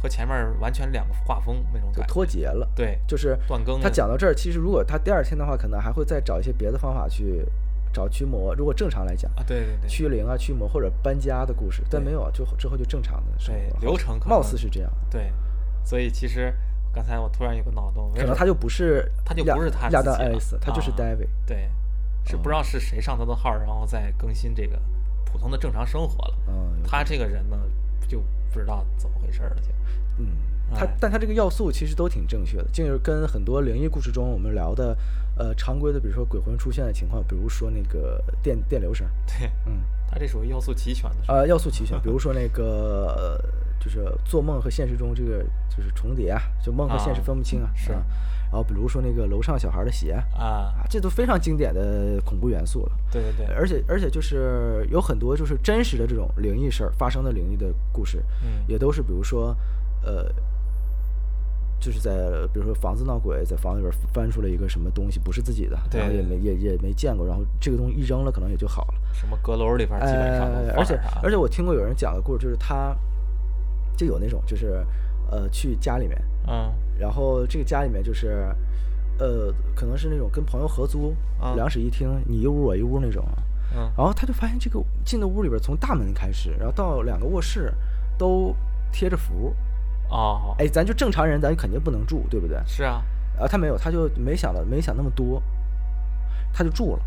S3: 和前面儿完全两个画风那种
S2: 就
S3: 感觉，
S2: 脱节了。
S3: 哎对，
S2: 就是
S3: 断更
S2: 他
S3: 了
S2: 讲到这儿，其实如果他第二天的话，可能还会再找一些别的方法去找驱魔。如果正常来讲，
S3: 啊，对对对，
S2: 驱灵啊、驱魔或者搬家的故事，但
S3: 对
S2: 没有啊，就之后就正常的生
S3: 对
S2: 活
S3: 流程可
S2: 貌
S3: 能
S2: 似是这样，
S3: 对，所以其实刚才我突然有个脑洞，没
S2: 可能
S3: 准
S2: 他就不是
S3: 他就
S2: 亚
S3: 不是他
S2: 亚
S3: 自
S2: 当
S3: 己
S2: 爱
S3: 了
S2: 丽丝，他就是
S3: 啊
S2: David。
S3: 对，是不知道
S2: 哦
S3: 是谁上他的号儿，然后再更新这个普通的正常生活了。
S2: 嗯有
S3: 他这个人呢，就不知道怎么回事儿了，就
S2: 嗯，他
S3: 哎
S2: 但他这个要素其实都挺正确的，就是跟很多灵异故事中我们聊的，呃，常规的，比如说鬼魂出现的情况，比如说那个电电流声，
S3: 对
S2: 嗯，
S3: 他这属于要素齐全的是吧，
S2: 呃，要素齐全，比如说那个、呃就是做梦和现实中这个就是重叠啊，就梦和现实
S3: 啊
S2: 分不清啊，
S3: 是
S2: 啊然后比如说那个楼上小孩的鞋啊，
S3: 啊，
S2: 这都非常经典的恐怖元素了。
S3: 对对对，
S2: 而且而且就是有很多就是真实的这种灵异事儿发生的灵异的故事，
S3: 嗯
S2: 也都是比如说，呃，就是在比如说房子闹鬼，在房里边儿翻出了一个什么东西不是自己的，
S3: 对
S2: 然后也没也也没见过，然后这个东西一扔了可能也就好了。
S3: 什么阁楼里啊边儿基本上都
S2: 呃，
S3: 放啊
S2: 而且
S3: 着啥
S2: 而且我听过有人讲的故事，就是他就有那种就是呃去家里面，
S3: 嗯
S2: 然后这个家里面就是，呃，可能是那种跟朋友合租，
S3: 啊
S2: 两室一厅，你一屋我一屋那种啊。
S3: 嗯
S2: 然后他就发现这个进的屋里边，从大门开始，然后到两个卧室，都贴着符。
S3: 哦，
S2: 哎，咱就正常人，咱肯定不能住，对不对？
S3: 是啊，
S2: 啊，他没有，他就没想到，没想那么多，他就住了，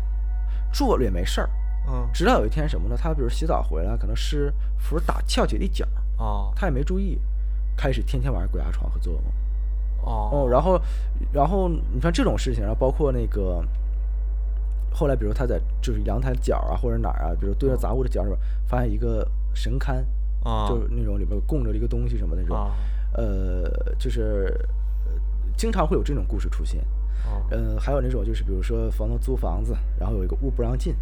S2: 住了也没事儿。
S3: 嗯
S2: 直到有一天什么呢？他比如洗澡回来，可能湿符打翘起了一角，
S3: 哦
S2: 他也没注意，开始天天晚上鬼压床和做噩梦。哦，
S3: 哦
S2: 然后，然后你看这种事情，然后包括那个，后来比如他在就是阳台角啊或者哪儿啊，比如堆着杂物的角里边，发现一个神龛，哦
S3: 啊
S2: 就是那种里边供着一个东西什么的那种，
S3: 啊
S2: 呃，就是呃经常会有这种故事出现。
S3: 哦
S2: 呃，还有那种就是比如说房东租房子，然后有一个屋不让进，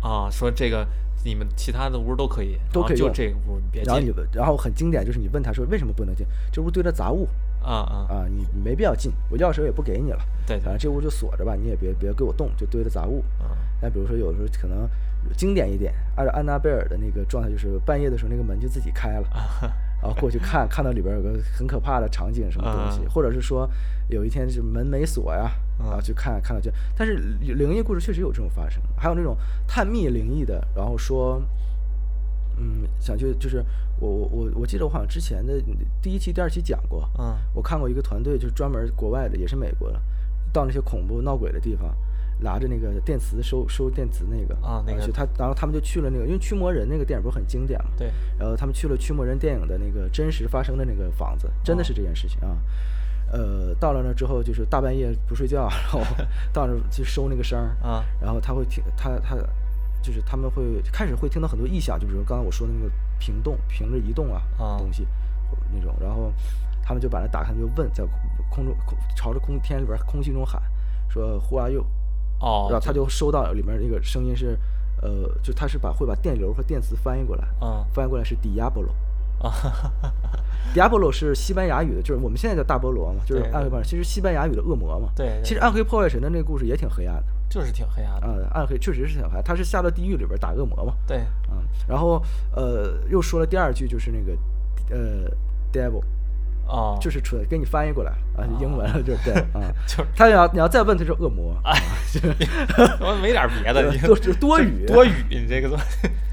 S3: 啊，说这个你们其他的屋都可以，然
S2: 都
S3: 后
S2: 可以
S3: 就
S2: 用
S3: 这个屋你别
S2: 然后你
S3: 进
S2: 然后很经典就是你问他说为什么不能进，这屋堆着杂物
S3: 啊啊，
S2: 啊，你没必要进，我钥匙也不给你了。
S3: 对
S2: 反正
S3: 对
S2: 这屋就锁着吧，你也别别给我动，就堆着杂物。
S3: 啊
S2: 那比如说有的时候可能经典一点，按照安娜贝尔的那个状态，就是半夜的时候那个门就自己开了，然后过去看，看到里边有个很可怕的场景什么东西，
S3: 嗯
S2: 或者是说有一天是门没锁呀，然后去看看到就，但是灵异故事确实有这种发生，还有那种探秘灵异的，然后说。嗯，想去就是我我我我记得我好像之前的第一期、第二期讲过，
S3: 嗯
S2: 我看过一个团队，就是专门国外的，也是美国的，到那些恐怖闹鬼的地方，拿着那个电磁收收电磁那个
S3: 啊那
S2: 呃
S3: 个
S2: 去他然后他们就去了那个，因为驱魔人那个电影不是很经典嘛，
S3: 对，
S2: 然后他们去了驱魔人电影的那个真实发生的那个房子，真的是这件事情啊。呃，到了那之后就是大半夜不睡觉，然后 到那去收那个声儿
S3: 啊，
S2: 然后他会听他他就是他们会开始会听到很多异响，就比如刚才我说的那个屏动、屏着移动啊
S3: 啊
S2: 东西或者那种，然后他们就把它打开就问，在空中空朝着空天里边空气中喊说 “Who are you？”
S3: 哦，
S2: 然后他就收到里面那个声音是，呃，就他是把会把电流和电磁翻译过来，
S3: 啊
S2: 翻译过来是 “Diablo”。
S3: 啊，
S2: Diablo 是西班牙语的，就是我们现在叫大菠萝嘛，就是
S3: 对对
S2: 暗黑破坏神，其实西班牙语的恶魔嘛。
S3: 对对
S2: 其实暗黑破坏神的那个故事也挺黑暗的，
S3: 就是挺黑暗的，
S2: 啊、暗黑确实是挺黑暗，他是下到地狱里边打恶魔嘛。
S3: 对，
S2: 嗯，然后呃又说了第二句就是那个呃 devil，
S3: 哦，，
S2: 就是是纯给你翻译过来啊，英文了就是 devil 啊
S3: 就是
S2: 他要你要再问他是恶魔，
S3: 哎， 我没点别的，你
S2: 多多语
S3: 多语，你这 个都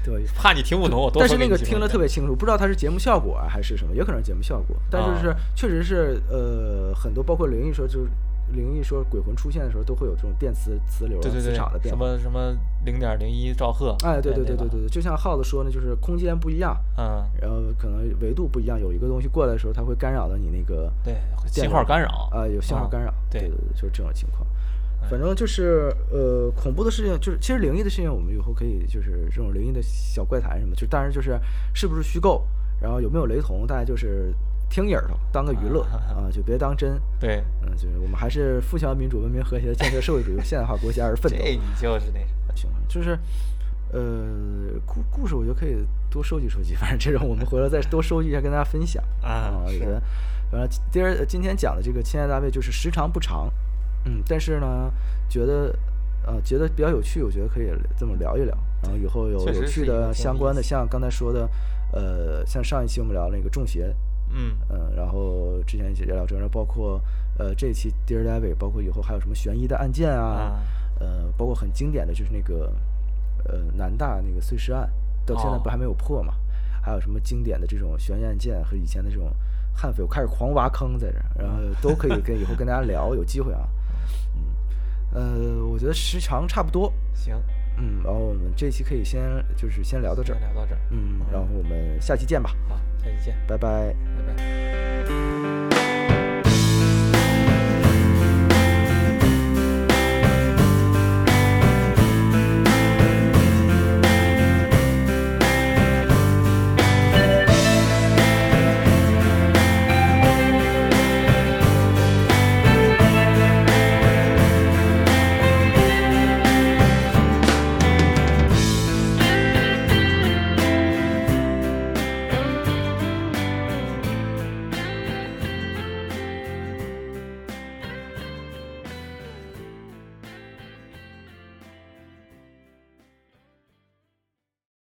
S2: 对。
S3: 怕你听不懂，我多
S2: 但
S3: 说
S2: 是
S3: 给
S2: 那
S3: 你
S2: 个
S3: 几
S2: 听
S3: 分
S2: 得
S3: 钟
S2: 特别清楚，不知道它是节目效果啊还是什么，也可能是节目效果。但就是
S3: 啊
S2: 确实是呃，很多包括灵异说，就是灵异说鬼魂出现的时候，都会有这种电磁磁流、啊、
S3: 对对
S2: 磁
S3: 对，
S2: 场的变
S3: 什
S2: 化。
S3: 么什么零点零一兆赫，
S2: 哎，对对对
S3: 吧
S2: 对对，对，就像耗子说呢，就是空间不一样，
S3: 嗯，
S2: 然后可能维度不一样，有一个东西过来的时候，它会干扰到你那个
S3: 对会
S2: 电
S3: 信
S2: 流
S3: 号干扰
S2: 啊、有信号
S3: 啊
S2: 干扰，
S3: 对嗯
S2: 对对对，就是这种情况。反正就是呃，恐怖的事情就是，其实灵异的事情，我们以后可以就是这种灵异的小怪谈什么，就当然就是是不是虚构，然后有没有雷同，大家就是听一耳朵，当个娱乐啊，就别当真。
S3: 对，
S2: 嗯，就是我们还是富强、民主、文明、和谐、建设社会主义现代化国家而奋斗。
S3: 这你就是那什
S2: 行，
S3: 么，
S2: 就是，呃，故故事我觉得可以多收集收 集，反正这种我们回头再多收集一下，跟大家分享
S3: 啊
S2: 我觉
S3: 是
S2: 得，反正第二今天讲的这个《亲爱的大卫》就是时长不长，嗯，但是呢，觉得呃觉得比较有趣，我觉得可以这么聊一聊，然后以后有
S3: 确
S2: 有
S3: 实是
S2: 趣
S3: 一个挺
S2: 的
S3: 有
S2: 相
S3: 意
S2: 关的，
S3: 思
S2: 像刚才说的，呃，像上一期我们聊那个中邪。
S3: 嗯，
S2: 嗯，然后之前一起聊这，然后包括呃这一期 Dear Diary，包括以后还有什么悬疑的案件啊，
S3: 啊
S2: 呃，包括很经典的就是那个呃南大那个碎尸案，到现在
S3: 哦
S2: 不还没有破嘛？还有什么经典的这种悬疑案件和以前的这种悍匪，我开始狂挖坑在这儿，然后都可以跟以后跟大家聊，有机会啊，嗯，呃，我觉得时长差不多，
S3: 行，
S2: 嗯，然后我们这期可以先就是先聊到这
S3: 先
S2: 儿，
S3: 聊到这儿，
S2: 嗯，然后我们下期见吧，
S3: 好，下期见。
S2: 拜拜。